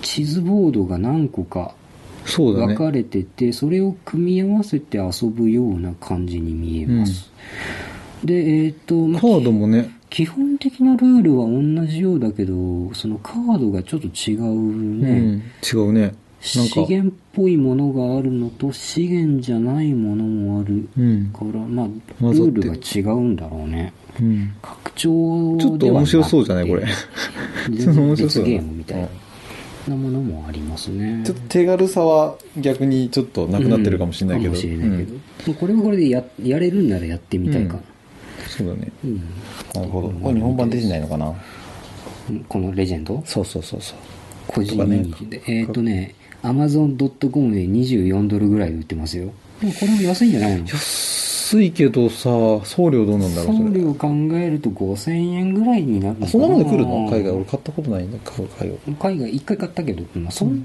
[SPEAKER 2] 地図ボードが何個か
[SPEAKER 3] そうだ
[SPEAKER 2] 分
[SPEAKER 3] ね。
[SPEAKER 2] かれててそれを組み合わせて遊ぶような感じに見えます、でえーっとまあ
[SPEAKER 3] カードもね。
[SPEAKER 2] 基本的なルールは同じようだけどそのカードがちょっと違う
[SPEAKER 3] う
[SPEAKER 2] ね、
[SPEAKER 3] ん。違うね。なん
[SPEAKER 2] 資
[SPEAKER 3] か。
[SPEAKER 2] 源っぽいものがあるのと資源じゃないものもある
[SPEAKER 3] うん。
[SPEAKER 2] からまあ
[SPEAKER 3] 混
[SPEAKER 2] ル
[SPEAKER 3] ざって
[SPEAKER 2] ールが違うんだろうね
[SPEAKER 3] うん。
[SPEAKER 2] 拡張
[SPEAKER 3] ちょっと
[SPEAKER 2] では
[SPEAKER 3] 面
[SPEAKER 2] なくて
[SPEAKER 3] 白そうじゃないこれ。
[SPEAKER 2] 全然
[SPEAKER 3] 面白そ
[SPEAKER 2] 別
[SPEAKER 3] うだな
[SPEAKER 2] ゲームみたいなものもありますね
[SPEAKER 3] ちょっと手軽さは逆にちょっとなくなってるかもしれないけど。
[SPEAKER 2] うんかもしれないけど
[SPEAKER 3] うん
[SPEAKER 2] まあこれはこれでややれるんならやってみたいかな、
[SPEAKER 3] そうだね。
[SPEAKER 2] うん
[SPEAKER 3] なるほど。これ日本版出てないのかな
[SPEAKER 2] このレジェンド
[SPEAKER 3] そうそうそうそう。
[SPEAKER 2] 個人人気で、えっ、とねアマゾン .com で24ドルぐらいで売ってますよでもこれも安いんじゃないの
[SPEAKER 3] 安いけどさ、送料どうなんだろうそ
[SPEAKER 2] 送
[SPEAKER 3] れ。
[SPEAKER 2] 料考えると5000円ぐらいになるのか
[SPEAKER 3] あそんなもんで来るの海外。俺買ったことないんだ、海外。
[SPEAKER 2] 海外一回買ったけど、まあ、そんな、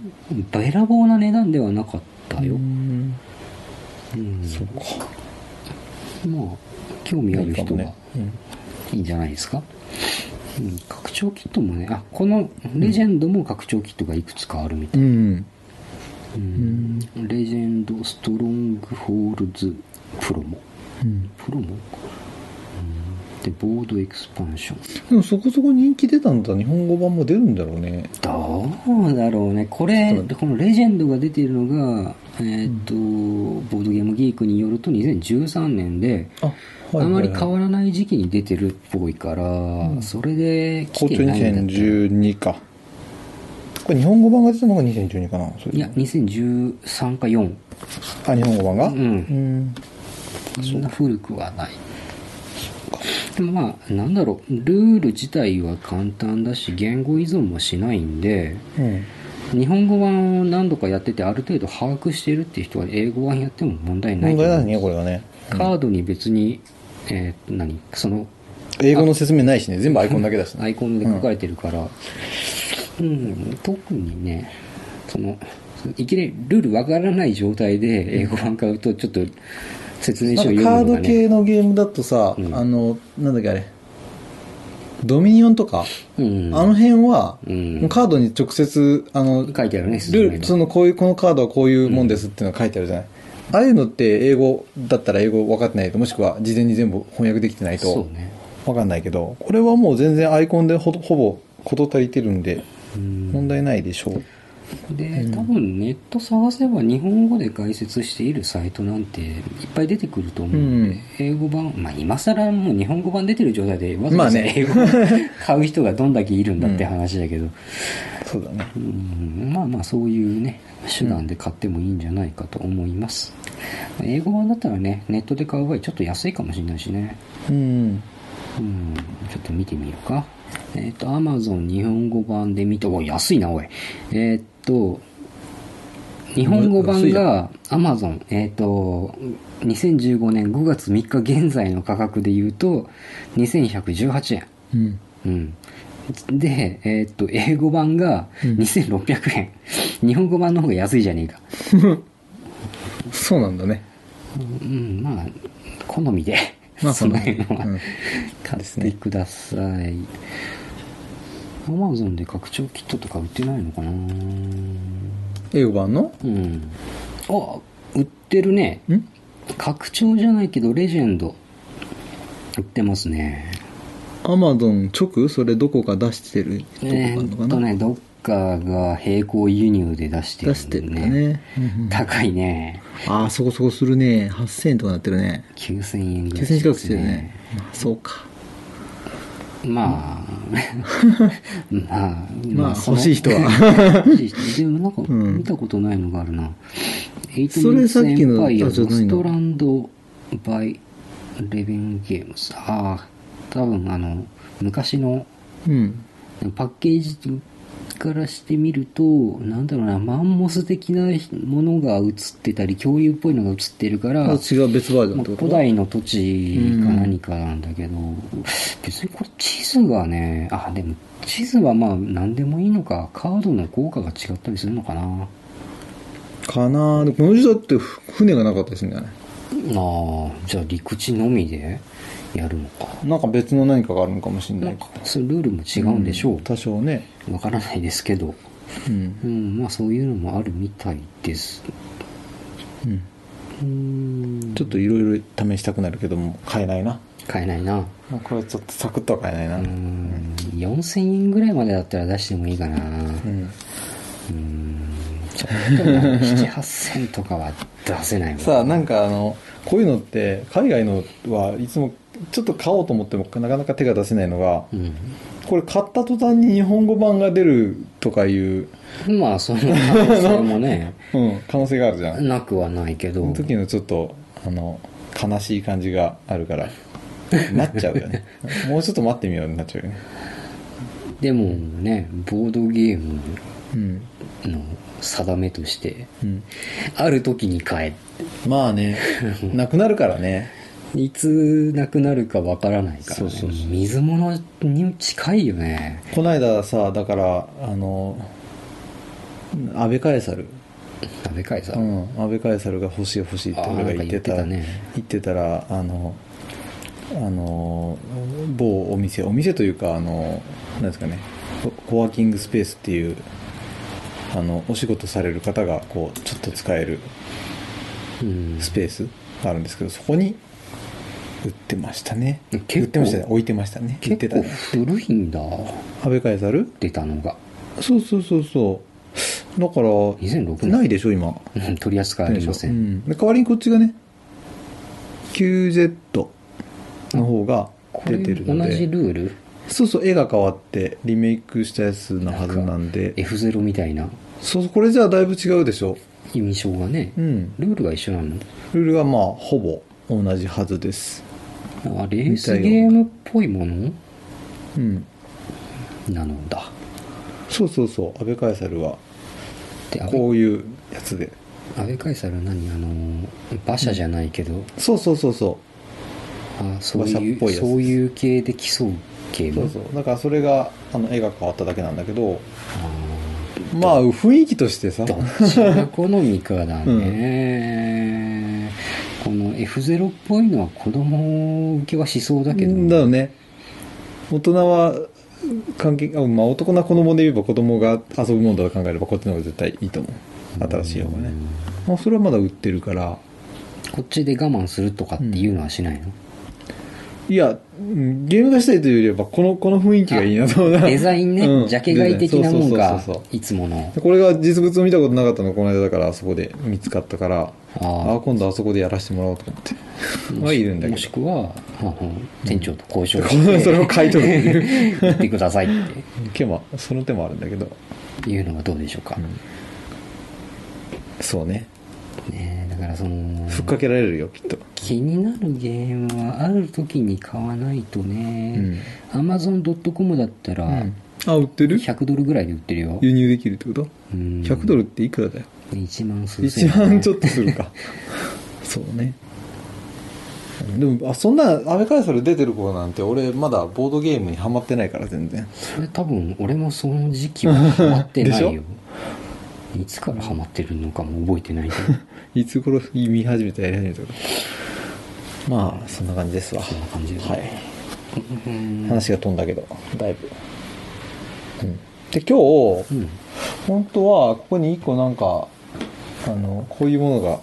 [SPEAKER 2] べらぼうな値段ではなかったよ。
[SPEAKER 3] うん
[SPEAKER 2] うん。
[SPEAKER 3] そうか。
[SPEAKER 2] まあ、興味ある人は
[SPEAKER 3] ね。うん
[SPEAKER 2] いいんじゃないですか。うん、拡張キットもね、あ、このレジェンドも拡張キットがいくつかあるみた
[SPEAKER 3] う
[SPEAKER 2] い。
[SPEAKER 3] ん。
[SPEAKER 2] うん。レジェンドストロングホールズプロモ。
[SPEAKER 3] うん。
[SPEAKER 2] プロモうんで、ボードエクスパンション。
[SPEAKER 3] でもそこそこ人気出たんだ。日本語版も出るんだろうね。
[SPEAKER 2] どうだろうね。これ、このレジェンドが出ているのが、えーっと、ボードゲームギークによると2013年で、
[SPEAKER 3] あ、
[SPEAKER 2] あまり変
[SPEAKER 3] い。
[SPEAKER 2] わらない時期に出てるっぽいから、それで
[SPEAKER 3] 校
[SPEAKER 2] 来
[SPEAKER 3] 長
[SPEAKER 2] てないんだったら
[SPEAKER 3] 2012か。これ日本語版が出たのが2012かな。それ
[SPEAKER 2] いや、2013か4。
[SPEAKER 3] あ、日本語版が
[SPEAKER 2] う。
[SPEAKER 3] うんん。
[SPEAKER 2] そんな古くはない。でもまあ、なんだろう、ルール自体は簡単だし、言語依存もしないんで、
[SPEAKER 3] うん。
[SPEAKER 2] 日本語版を何度かやっててある程度把握してるっていう人は英語版やっても問題ないと
[SPEAKER 3] 問題
[SPEAKER 2] 思う
[SPEAKER 3] ないね、これはね。
[SPEAKER 2] カードに別に、えー何その
[SPEAKER 3] 英語の説明ないしね、全部アイコンだけだし
[SPEAKER 2] ア
[SPEAKER 3] ね。
[SPEAKER 2] イコンで書かれてるから、うん特にねそのいきなりルールわからない状態で英語版買うとちょっと説明
[SPEAKER 3] な
[SPEAKER 2] 書を
[SPEAKER 3] んか
[SPEAKER 2] 読
[SPEAKER 3] カー
[SPEAKER 2] むのがね
[SPEAKER 3] ド系のゲームだとさ、
[SPEAKER 2] うん
[SPEAKER 3] あの、なんだっけあれ、ドミニオンとか、
[SPEAKER 2] うん
[SPEAKER 3] あの辺は、
[SPEAKER 2] うん
[SPEAKER 3] カードに直接、あの、ル
[SPEAKER 2] 書いてあるね
[SPEAKER 3] ール、そのこういう、このカードはこういうもんですっていうのが書いてあるじゃない。ああいうのって英語だったら英語分かってないと、もしくは事前に全部翻訳できてない
[SPEAKER 2] そ
[SPEAKER 3] と
[SPEAKER 2] うね
[SPEAKER 3] 分かんないけど、これはもう全然アイコンでほほぼ事足りてるんで、
[SPEAKER 2] うん
[SPEAKER 3] 問題ないでしょう。
[SPEAKER 2] で多分ネット探せば日本語で解説しているサイトなんていっぱい出てくると思うんで、
[SPEAKER 3] うん
[SPEAKER 2] 英語版まあ今更もう日本語版出てる状態でわざわざ
[SPEAKER 3] まあね
[SPEAKER 2] 英語版買う人がどんだけいるんだって話だけど、
[SPEAKER 3] そうだね。
[SPEAKER 2] うんまあまあそういうね手段で買ってもいいんじゃないかと思います、まあ英語版だったらねネットで買う場合ちょっと安いかもしれないしね
[SPEAKER 3] うん。
[SPEAKER 2] うんちょっと見てみようかえっ、と Amazon 日本語版で見たおい安いなおいえっ、と日本語版が Amazon、えっ、と、2015年5月3日現在の価格で言うと、2118円。
[SPEAKER 3] うん
[SPEAKER 2] うん。で、えっ、と、英語版が
[SPEAKER 3] うん
[SPEAKER 2] 2600円。日本語版の方が安いじゃねえか。
[SPEAKER 3] そうなんだね
[SPEAKER 2] うん、まあ、好みで、
[SPEAKER 3] まあ
[SPEAKER 2] その辺
[SPEAKER 3] う
[SPEAKER 2] は
[SPEAKER 3] ん
[SPEAKER 2] 買
[SPEAKER 3] です
[SPEAKER 2] って
[SPEAKER 3] ね
[SPEAKER 2] ください。Amazon で拡張キットとか売ってないのかな
[SPEAKER 3] 英語版の
[SPEAKER 2] うん。あ、売ってるね。
[SPEAKER 3] ん
[SPEAKER 2] 拡張じゃないけど、レジェンド。売ってますね。
[SPEAKER 3] アマゾン直それどこか出してるとこ
[SPEAKER 2] え
[SPEAKER 3] があるの
[SPEAKER 2] ー
[SPEAKER 3] か
[SPEAKER 2] っと
[SPEAKER 3] な、
[SPEAKER 2] ね、どっかが並行輸入で出してるん
[SPEAKER 3] 出
[SPEAKER 2] で、ね。
[SPEAKER 3] してるんだね、うんうん
[SPEAKER 2] 高いね。
[SPEAKER 3] ああそこそこするね8000円とかなってるね
[SPEAKER 2] 9000円ぐらい、
[SPEAKER 3] 9000円近くしてるね。まあそうか
[SPEAKER 2] まあ、 まあ、
[SPEAKER 3] まあ
[SPEAKER 2] その
[SPEAKER 3] 欲しい人
[SPEAKER 2] 欲しい人でもなんか
[SPEAKER 3] ん
[SPEAKER 2] 見たことないのがあるな。8
[SPEAKER 3] それさっきの
[SPEAKER 2] エンパイア
[SPEAKER 3] あじゃあない
[SPEAKER 2] ス
[SPEAKER 3] の
[SPEAKER 2] トランド・バイ・レビング・ゲームズ。ああ、多分あの、昔の
[SPEAKER 3] うん
[SPEAKER 2] パッケージからしてみると、なんだろうな、マンモス的なものが映ってたり、恐竜っぽいのが映ってるから、
[SPEAKER 3] あ違う別バージョン
[SPEAKER 2] ま
[SPEAKER 3] っ
[SPEAKER 2] あ
[SPEAKER 3] てこと
[SPEAKER 2] 古代の土地か何かなんだけど、別にこれ地図がね、あ、でも地図はまあ何でもいいのか、カードの効果が違ったりするのかな。
[SPEAKER 3] かなでもこの時代ってふ船がなかったですね
[SPEAKER 2] ああ、じゃあ陸地のみでやるのか。
[SPEAKER 3] なんか別の何かがあるのかもしれな
[SPEAKER 2] ないんか、そういうルールも違うんでしょ
[SPEAKER 3] 多少ね
[SPEAKER 2] う。わからないですけど。
[SPEAKER 3] うん
[SPEAKER 2] うん、まあそういうのもあるみたいです。
[SPEAKER 3] うん
[SPEAKER 2] うん、
[SPEAKER 3] ちょっといろいろ試したくなるけども買えないな
[SPEAKER 2] 買えないな。
[SPEAKER 3] これちょっとサクッとは買えないな
[SPEAKER 2] う、ん、4000円ぐらいまでだったら出してもいいかな。
[SPEAKER 3] うん
[SPEAKER 2] うーんちょっとね7、8000とかは出せないもん。
[SPEAKER 3] さあなんかあのこういうのって海外のはいつもちょっと買おうと思ってもなかなか手が出せないのが
[SPEAKER 2] うん。
[SPEAKER 3] これ買った途端に日本語版が出るとかいう、
[SPEAKER 2] まあ、その可能性もね、
[SPEAKER 3] うん、可能性があるじゃん
[SPEAKER 2] なくはないけど。
[SPEAKER 3] その時のちょっとあの悲しい感じがある からなっちゃうよねもうちょっと待ってみようになっちゃうよね
[SPEAKER 2] でもね、ボードゲーム
[SPEAKER 3] うん、
[SPEAKER 2] の定めとして、
[SPEAKER 3] うん、
[SPEAKER 2] ある時に買
[SPEAKER 3] まあ ねなくなるからね
[SPEAKER 2] え。いつなくなるかわからないから、ね、
[SPEAKER 3] そうそうそう
[SPEAKER 2] 水物に近いよね。
[SPEAKER 3] この間さだからあの安倍カエサル
[SPEAKER 2] 食べかいさ。
[SPEAKER 3] うん、安倍カエサルが欲しい欲しいって
[SPEAKER 2] あー
[SPEAKER 3] 俺が言ってた
[SPEAKER 2] なんか言ってたね
[SPEAKER 3] 言ってたらあのあの某お店お店というかあのなんですかねココワーキングスペースっていうあのお仕事される方がこうちょっと使える
[SPEAKER 2] うん。
[SPEAKER 3] スペースがあるんですけどそこに売ってましたね売
[SPEAKER 2] 結
[SPEAKER 3] っ
[SPEAKER 2] 構
[SPEAKER 3] てましたね置いてましたね売って
[SPEAKER 2] 結
[SPEAKER 3] た
[SPEAKER 2] 構
[SPEAKER 3] ね
[SPEAKER 2] 古いんだ、
[SPEAKER 3] 安倍カエサル
[SPEAKER 2] 出たのが。
[SPEAKER 3] そうそうそうそうだから
[SPEAKER 2] 2006年。
[SPEAKER 3] ないでしょ今
[SPEAKER 2] うん取り扱いありませ。
[SPEAKER 3] うんん、で代わりにこっちがね QZ の方が
[SPEAKER 2] これ
[SPEAKER 3] 出てるの
[SPEAKER 2] 同じ
[SPEAKER 3] で
[SPEAKER 2] ルール
[SPEAKER 3] そうそう絵が変わってリメイクしたやつのはずなんで
[SPEAKER 2] F0 みたいな
[SPEAKER 3] そうそうこれじゃあだいぶ違うでしょ
[SPEAKER 2] 印象がね、
[SPEAKER 3] うん
[SPEAKER 2] ルールが一緒なの
[SPEAKER 3] ルールはまあほぼ同じはずです
[SPEAKER 2] あレースゲームっぽいもの
[SPEAKER 3] うん
[SPEAKER 2] なのだ
[SPEAKER 3] そうそうそう安倍カエサルは
[SPEAKER 2] で安倍
[SPEAKER 3] こういうやつで
[SPEAKER 2] 安倍カイサルは何あの馬車じゃないけど、
[SPEAKER 3] そうそうそうそ
[SPEAKER 2] あそうい
[SPEAKER 3] 馬車っぽ
[SPEAKER 2] う
[SPEAKER 3] いやつ
[SPEAKER 2] そういう系で競うゲー
[SPEAKER 3] う
[SPEAKER 2] ム
[SPEAKER 3] そうそうだからそれがあの絵が変わっただけなんだけど
[SPEAKER 2] あ
[SPEAKER 3] まあ雰囲気としてさ
[SPEAKER 2] ーどっちが好みかだね、この F0 っぽいのは子供受けはしそうだけど
[SPEAKER 3] だよね大人は関係あまあ男な子供で言えば子供が遊ぶものだと考えればこっちの方が絶対いいと思う新しい方がねまあそれはまだ売ってるから
[SPEAKER 2] こっちで我慢するとかっていうのはしないの、
[SPEAKER 3] いやうんゲームがしたいというよりはこのこの雰囲気がいいなと思うな
[SPEAKER 2] デザインね、
[SPEAKER 3] うん
[SPEAKER 2] ジャケ買い的なもん
[SPEAKER 3] デザイン
[SPEAKER 2] が
[SPEAKER 3] そうそうそうそう
[SPEAKER 2] いつもの
[SPEAKER 3] これが実物を見たことなかったのこの間だからあそこで見つかったから
[SPEAKER 2] あ
[SPEAKER 3] あ
[SPEAKER 2] ー
[SPEAKER 3] あ今度あそこでやらせてもらおうと思ってはいるんだけ
[SPEAKER 2] もし
[SPEAKER 3] ど
[SPEAKER 2] くは、あの店長と交渉
[SPEAKER 3] それ
[SPEAKER 2] し
[SPEAKER 3] を
[SPEAKER 2] て
[SPEAKER 3] 買い取るっていう
[SPEAKER 2] 行ってくださいっ
[SPEAKER 3] 手もその手もあるんだけど、
[SPEAKER 2] ていうのがどうでしょうか、
[SPEAKER 3] そうね
[SPEAKER 2] ねえ、だからその
[SPEAKER 3] ふっかけられるよきっと
[SPEAKER 2] 気になるゲームはある時に買わないとね、Amazon.com だったら
[SPEAKER 3] あ売ってる
[SPEAKER 2] 100ドルぐらいで売ってるよ、
[SPEAKER 3] 輸入できるってこと
[SPEAKER 2] うん
[SPEAKER 3] ?100 ドルっていくらだよ、
[SPEAKER 2] 1万数千
[SPEAKER 3] 一万ちょっとするか そうねでもあそんな安倍カイソル出てる頃なんて俺まだボードゲームにはまってないから全然
[SPEAKER 2] それ多分俺もその時期はハマってない
[SPEAKER 3] でし
[SPEAKER 2] よいつからハマってるのかも覚えてないけど
[SPEAKER 3] いつ頃見始めたやり始めたかまあそんな感じですわ
[SPEAKER 2] そんな感じです
[SPEAKER 3] は
[SPEAKER 2] ねう
[SPEAKER 3] い
[SPEAKER 2] ん
[SPEAKER 3] 話が飛んだけどだいぶ、うん、で今日
[SPEAKER 2] うん
[SPEAKER 3] 本当はここに一個なんかあのこういうものが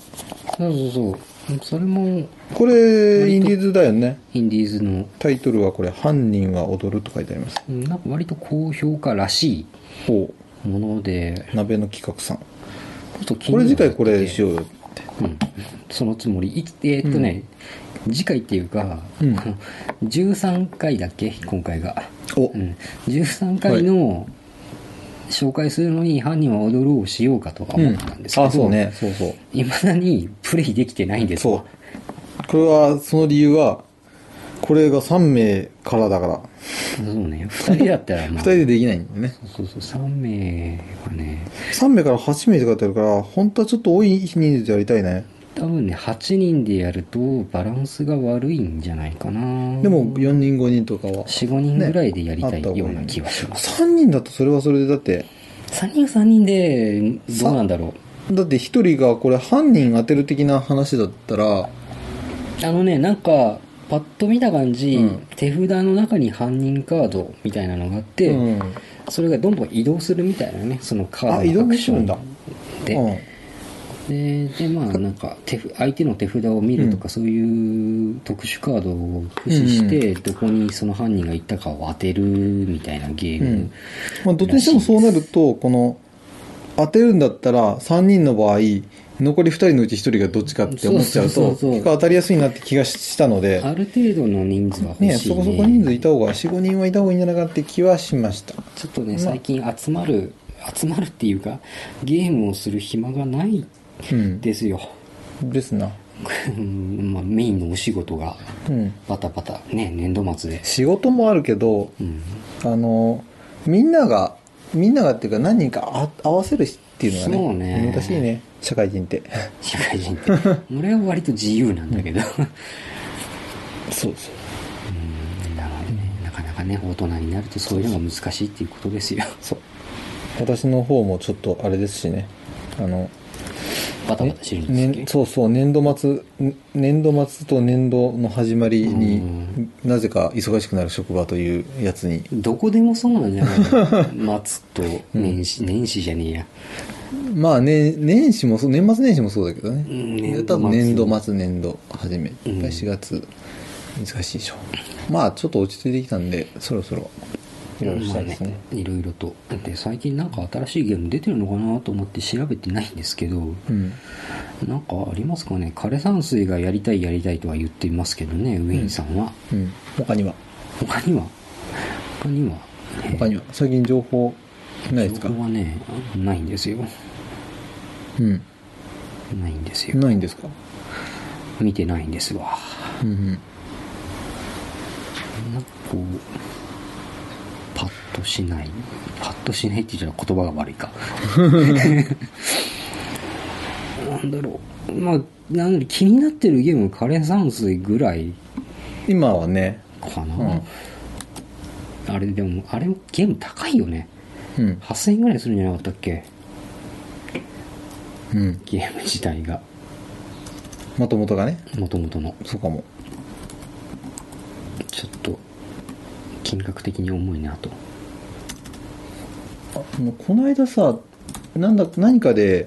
[SPEAKER 2] そうそうそうそれも
[SPEAKER 3] これインディーズだよね
[SPEAKER 2] インディーズの
[SPEAKER 3] タイトルはこれ「犯人は踊る」と書いてあります
[SPEAKER 2] うんなんか割と高評価らし
[SPEAKER 3] ほ
[SPEAKER 2] いもので
[SPEAKER 3] う鍋の企画さん
[SPEAKER 2] ちょっと気に
[SPEAKER 3] これ
[SPEAKER 2] なっ
[SPEAKER 3] 次
[SPEAKER 2] て
[SPEAKER 3] 回これしようよって
[SPEAKER 2] うん、そのつもりいえーっとね、次回っていうか、
[SPEAKER 3] うん
[SPEAKER 2] あの13回だっけ今回が、
[SPEAKER 3] お、
[SPEAKER 2] うん、13回の紹介するのに「犯人は踊る」をしようかとは思ったんですけど、
[SPEAKER 3] あそうねそうそう
[SPEAKER 2] いまだにプレイできてないんです
[SPEAKER 3] そ
[SPEAKER 2] よ
[SPEAKER 3] うこれはその理由はこれが3名からだから
[SPEAKER 2] そうね2人だったら
[SPEAKER 3] 2
[SPEAKER 2] まあ
[SPEAKER 3] 人でできないんだよね
[SPEAKER 2] そうそう3名がね
[SPEAKER 3] 3名から8名って書いてあるから本当はちょっと多い人数でやりたいね
[SPEAKER 2] 多分ね8人でやるとバランスが悪いんじゃないかな
[SPEAKER 3] でも4人5人とかは
[SPEAKER 2] 45人ぐらいでやりた
[SPEAKER 3] ねあ
[SPEAKER 2] い
[SPEAKER 3] った方がいい
[SPEAKER 2] ような気がします
[SPEAKER 3] 3人だとそれはそれでだって
[SPEAKER 2] 3人3人でどうなんだろ
[SPEAKER 3] だって1人がこれ犯人当てる的な話だったら
[SPEAKER 2] うあのねなんかパッと見た感じ、
[SPEAKER 3] うん
[SPEAKER 2] 手札の中に犯人カードみたいなのがあって、
[SPEAKER 3] うん
[SPEAKER 2] それがどんどん移動するみたいなねそのカード
[SPEAKER 3] あ移動
[SPEAKER 2] のア
[SPEAKER 3] も
[SPEAKER 2] ク
[SPEAKER 3] す
[SPEAKER 2] シ
[SPEAKER 3] る
[SPEAKER 2] ョ
[SPEAKER 3] んだ
[SPEAKER 2] ンで、
[SPEAKER 3] うん
[SPEAKER 2] ででまあなんか手札相手の手札を見るとか、そういう特殊カードを駆使して、どこにその犯人が行ったかを当てるみたいなゲー
[SPEAKER 3] う
[SPEAKER 2] ム、
[SPEAKER 3] んまあ、どっちにしてもそうなるとこの当てるんだったら3人の場合残り2人のうち1人がどっちかって思っちゃう
[SPEAKER 2] そうそうそ
[SPEAKER 3] と
[SPEAKER 2] うそう
[SPEAKER 3] 結構当たりやすいなって気がしたので
[SPEAKER 2] ある程度の人数は欲しいね
[SPEAKER 3] ねそこそこ人数いた方が45人はいた方がいいんじゃないかって気はしました
[SPEAKER 2] ちょっとね最近集まる集まるっていうかゲームをする暇がない
[SPEAKER 3] うん
[SPEAKER 2] ですよ
[SPEAKER 3] ですな
[SPEAKER 2] まあメインのお仕事が
[SPEAKER 3] うん
[SPEAKER 2] バタバタね年度末で
[SPEAKER 3] 仕事もあるけど
[SPEAKER 2] うん
[SPEAKER 3] あのみんながみんながっていうか何人かあ合わせるっていうの
[SPEAKER 2] そ
[SPEAKER 3] が
[SPEAKER 2] う
[SPEAKER 3] ね
[SPEAKER 2] ね
[SPEAKER 3] 難しいね社会人って
[SPEAKER 2] 社会人って 俺は割と自由なんだけど
[SPEAKER 3] そうそう
[SPEAKER 2] うんだからねなかなかね大人になるとそういうのが難しいっていうことですよ
[SPEAKER 3] そう私の方もちょっとあれですしねあの
[SPEAKER 2] バタバタしてるんですけ
[SPEAKER 3] ね、
[SPEAKER 2] ど
[SPEAKER 3] そうそう年度末ん年度末と年度の始まりに、
[SPEAKER 2] う
[SPEAKER 3] なぜか忙しくなる職場というやつに
[SPEAKER 2] どこでもそうなんじゃないか な松と年始、年始じゃねえや
[SPEAKER 3] まあ、ね、年始もそう年末年始もそうだけどね、
[SPEAKER 2] うん
[SPEAKER 3] で
[SPEAKER 2] 年
[SPEAKER 3] 多
[SPEAKER 2] 度末
[SPEAKER 3] 分年度末年度始め、
[SPEAKER 2] うん
[SPEAKER 3] 4月難しいでしょまあちょっと落ち着いてきたんでそろそろいろいろしたいですね,、
[SPEAKER 2] まあねいろいろとで最近なんか新しいゲーム出てるのかなと思って調べてないんですけど
[SPEAKER 3] うん
[SPEAKER 2] なんかありますかね枯山水がやりたいやりたいとは言っていますけどねウィンさんは、
[SPEAKER 3] うん他には
[SPEAKER 2] 他には他には
[SPEAKER 3] 他には最近情報ないですか
[SPEAKER 2] 僕はねないんですよ
[SPEAKER 3] うん
[SPEAKER 2] ないんですよ
[SPEAKER 3] ないんですか
[SPEAKER 2] 見てないんですわ
[SPEAKER 3] うんうん
[SPEAKER 2] なんかこうパッとしないパッとしないって言ったら言葉が悪いかなんだろうまあなんだろう気になってるゲーム枯山水ぐらい
[SPEAKER 3] 今はね
[SPEAKER 2] かな、
[SPEAKER 3] うん
[SPEAKER 2] あれでもあれもゲーム高いよね
[SPEAKER 3] うん
[SPEAKER 2] 8000円ぐらいするんじゃなかったっけ
[SPEAKER 3] うん
[SPEAKER 2] ゲーム自体が
[SPEAKER 3] もともとがね
[SPEAKER 2] 元々の
[SPEAKER 3] そうかも
[SPEAKER 2] ちょっと金額的に重いなと
[SPEAKER 3] あもうこの間さなんだ何かで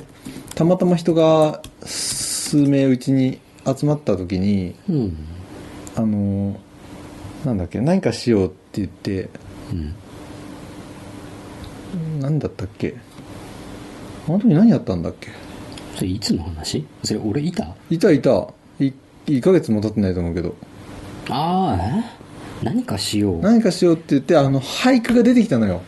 [SPEAKER 3] たまたま人が数名うちに集まった時に
[SPEAKER 2] うん
[SPEAKER 3] あのなんだっけ何かしようって言って
[SPEAKER 2] うん
[SPEAKER 3] 何だったっけあの時何やったんだっけ
[SPEAKER 2] それいつの話それ俺いた
[SPEAKER 3] いたいたい1ヶ月も経ってないと思うけど
[SPEAKER 2] ああえ何かしよう
[SPEAKER 3] 何かしようって言ってあの俳句が出てきたのよ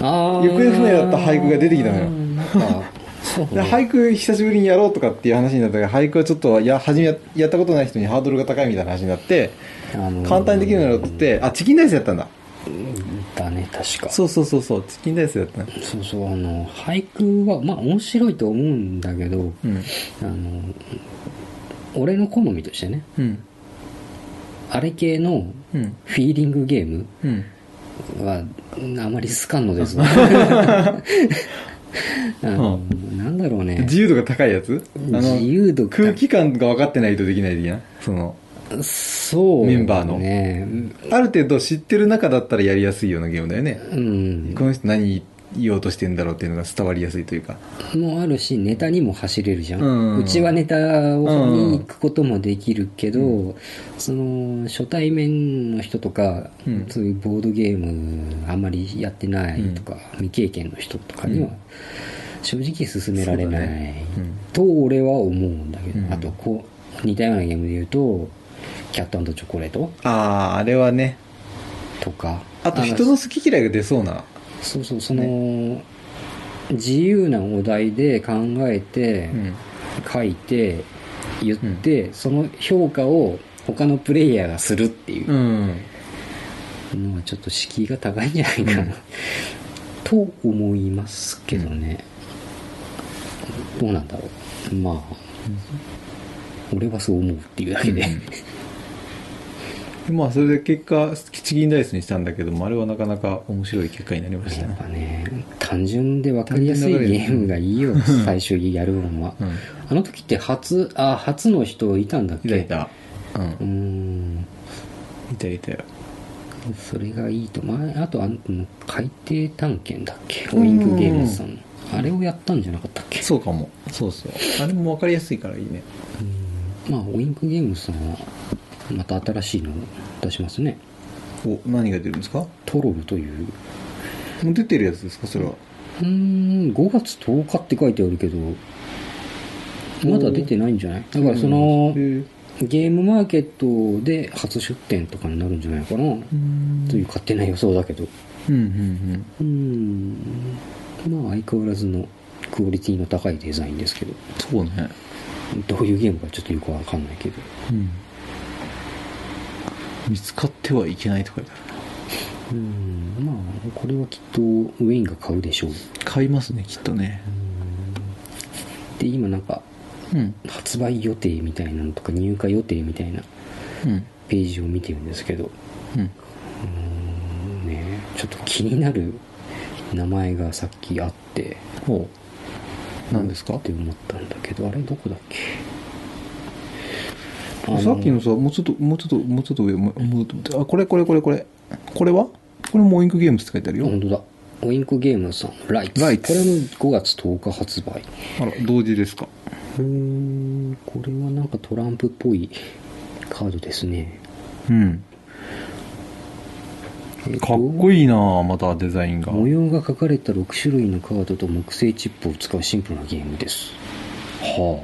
[SPEAKER 2] あー
[SPEAKER 3] 行方不明だった俳句が出てきたのよ
[SPEAKER 2] なんかそう
[SPEAKER 3] で
[SPEAKER 2] ね
[SPEAKER 3] 俳句久しぶりにやろうとかっていう話になったけど俳句はちょっといや初めややったことない人にハードルが高いみたいな話になって
[SPEAKER 2] あのー
[SPEAKER 3] 簡単にできるようになろうって言ってあチキンライスやったんだ
[SPEAKER 2] だね確か
[SPEAKER 3] そうそうそうそうチキンダイスだったね
[SPEAKER 2] そうそうあの俳句はまあ面白いと思うんだけど
[SPEAKER 3] うん
[SPEAKER 2] あの俺の好みとしてね
[SPEAKER 3] うん
[SPEAKER 2] あれ系の
[SPEAKER 3] うん
[SPEAKER 2] フィーリングゲーム
[SPEAKER 3] うん
[SPEAKER 2] はあまり好かんの ですがあのなんだろうね
[SPEAKER 3] 自由度が高いやつあの
[SPEAKER 2] 自由度が
[SPEAKER 3] 空気感が分かってないとできない的なその
[SPEAKER 2] そう
[SPEAKER 3] メンバーの
[SPEAKER 2] ね
[SPEAKER 3] ある程度知ってる中だったらやりやすいようなゲームだよね、
[SPEAKER 2] うん
[SPEAKER 3] この人何言おうとしてんだろうっていうのが伝わりやすいというか
[SPEAKER 2] もあるしネタにも走れるじゃん、
[SPEAKER 3] う
[SPEAKER 2] うんちはネタをに行くこともできるけど、その初対面の人とか、
[SPEAKER 3] うん
[SPEAKER 2] そういうボードゲームあんまりやってないとか、未経験の人とかには正直勧められない、
[SPEAKER 3] そうだねうん
[SPEAKER 2] と俺は思うんだけど、
[SPEAKER 3] うん
[SPEAKER 2] あとこう似たようなゲームで言うと「キャットチョコレート
[SPEAKER 3] あああれはね」
[SPEAKER 2] とか
[SPEAKER 3] あと人の好き嫌いが出そうな
[SPEAKER 2] そうそうその、自由なお題で考えて、
[SPEAKER 3] うん
[SPEAKER 2] 書いて言って、その評価を他のプレイヤーがするっていううんうのはちょっと敷居が高いんじゃないかな、
[SPEAKER 3] うん
[SPEAKER 2] と思いますけどね、どうなんだろうまあ、俺はそう思うっていうだけで、
[SPEAKER 3] まあそれで結果チキンダイスにしたんだけどもあれはなかなか面白い結果になりました
[SPEAKER 2] やっ
[SPEAKER 3] ね
[SPEAKER 2] ぱね単純で分かりやすい
[SPEAKER 3] 単純
[SPEAKER 2] ゲ
[SPEAKER 3] な
[SPEAKER 2] ームがいいよ最初にやるのは、
[SPEAKER 3] うん
[SPEAKER 2] あの時って初あ初の人いたんだっけ
[SPEAKER 3] いたいた
[SPEAKER 2] う
[SPEAKER 3] う
[SPEAKER 2] んん
[SPEAKER 3] いたいたよ
[SPEAKER 2] それがいいと、まあ、あとあの海底探検だっけウィングゲームズさんのあれをやったんじゃなかったっけ
[SPEAKER 3] そうかもそうそうあれも分かりやすいからいいね
[SPEAKER 2] まあウィングゲームズさんはまた新しいのを出しますね
[SPEAKER 3] お何が出るんですかも
[SPEAKER 2] トロルという
[SPEAKER 3] う出てるやつですかそれは
[SPEAKER 2] うーん5月10日って書いてあるけどまだ出てないんじゃないだからその
[SPEAKER 3] うんへえ
[SPEAKER 2] ゲームマーケットで初出店とかになるんじゃないかな
[SPEAKER 3] うん
[SPEAKER 2] という勝手な予想だけど
[SPEAKER 3] うん
[SPEAKER 2] う
[SPEAKER 3] うん
[SPEAKER 2] んまあ相変わらずのクオリティの高いデザインですけど
[SPEAKER 3] そうね
[SPEAKER 2] どういうゲームかちょっとよくわかんないけど。
[SPEAKER 3] うん見つかってはいけないとか言っ
[SPEAKER 2] う
[SPEAKER 3] た
[SPEAKER 2] ん、まあ、これはきっとウェインが買うでしょう。
[SPEAKER 3] 買いますねきっとね
[SPEAKER 2] で、今なんか、
[SPEAKER 3] うん
[SPEAKER 2] 発売予定みたいなのとか入荷予定みたいな
[SPEAKER 3] うん
[SPEAKER 2] ページを見てるんですけど、
[SPEAKER 3] うん
[SPEAKER 2] うんね、ちょっと気になる名前がさっきあって、
[SPEAKER 3] ほう何ですか
[SPEAKER 2] って思ったんだけど、あれどこだっけあ
[SPEAKER 3] さっきのさもうちょっともうちょっともうちょっと上もうもうちょっと上あこれこれこれこれこれはこれもウインクゲームズって書いてあるよ
[SPEAKER 2] 本当だ。ウインクゲームズさん、ライツ。
[SPEAKER 3] ライツ
[SPEAKER 2] これも5月10日発売。
[SPEAKER 3] あら同時ですか
[SPEAKER 2] うーんこれはなんかトランプっぽいカードですね
[SPEAKER 3] うんかっこいいなあまたデザインが
[SPEAKER 2] 模様が描かれた6種類のカードと木製チップを使うシンプルなゲームですは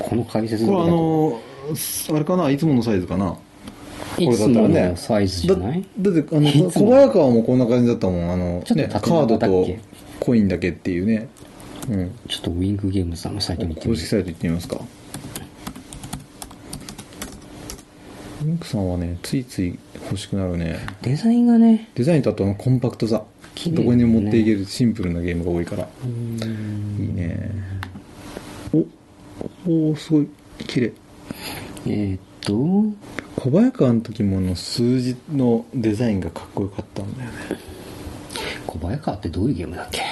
[SPEAKER 2] あこの解説
[SPEAKER 3] これ
[SPEAKER 2] だ
[SPEAKER 3] あ
[SPEAKER 2] けだと
[SPEAKER 3] のーあれかないつものサイズかなこ
[SPEAKER 2] い
[SPEAKER 3] れだ
[SPEAKER 2] つ
[SPEAKER 3] った
[SPEAKER 2] も
[SPEAKER 3] らね
[SPEAKER 2] のサイズじ
[SPEAKER 3] だ
[SPEAKER 2] ゃない
[SPEAKER 3] だってあの
[SPEAKER 2] いつも
[SPEAKER 3] 小早川もこんな感じだったもんあの、
[SPEAKER 2] ちょっと
[SPEAKER 3] ね、カ
[SPEAKER 2] 縦長
[SPEAKER 3] ー
[SPEAKER 2] だ
[SPEAKER 3] ド
[SPEAKER 2] っけ
[SPEAKER 3] とコインだけっていうね、うん、
[SPEAKER 2] ちょっとウィングゲームズさんのサイト見て
[SPEAKER 3] 公
[SPEAKER 2] み
[SPEAKER 3] 式
[SPEAKER 2] る
[SPEAKER 3] サイト行ってみますかリンクさんはねついつい欲しくなるね
[SPEAKER 2] デザインがね
[SPEAKER 3] デザインとあとあのコンパクトさ、
[SPEAKER 2] 綺麗だ
[SPEAKER 3] ど
[SPEAKER 2] ね
[SPEAKER 3] こにも持っていけるシンプルなゲームが多いから
[SPEAKER 2] うーん
[SPEAKER 3] いいねおおーすごい綺麗
[SPEAKER 2] えーっと
[SPEAKER 3] 小早川の時もあの数字のデザインがかっこよかったんだよね
[SPEAKER 2] 小早川ってどういうゲームだっけ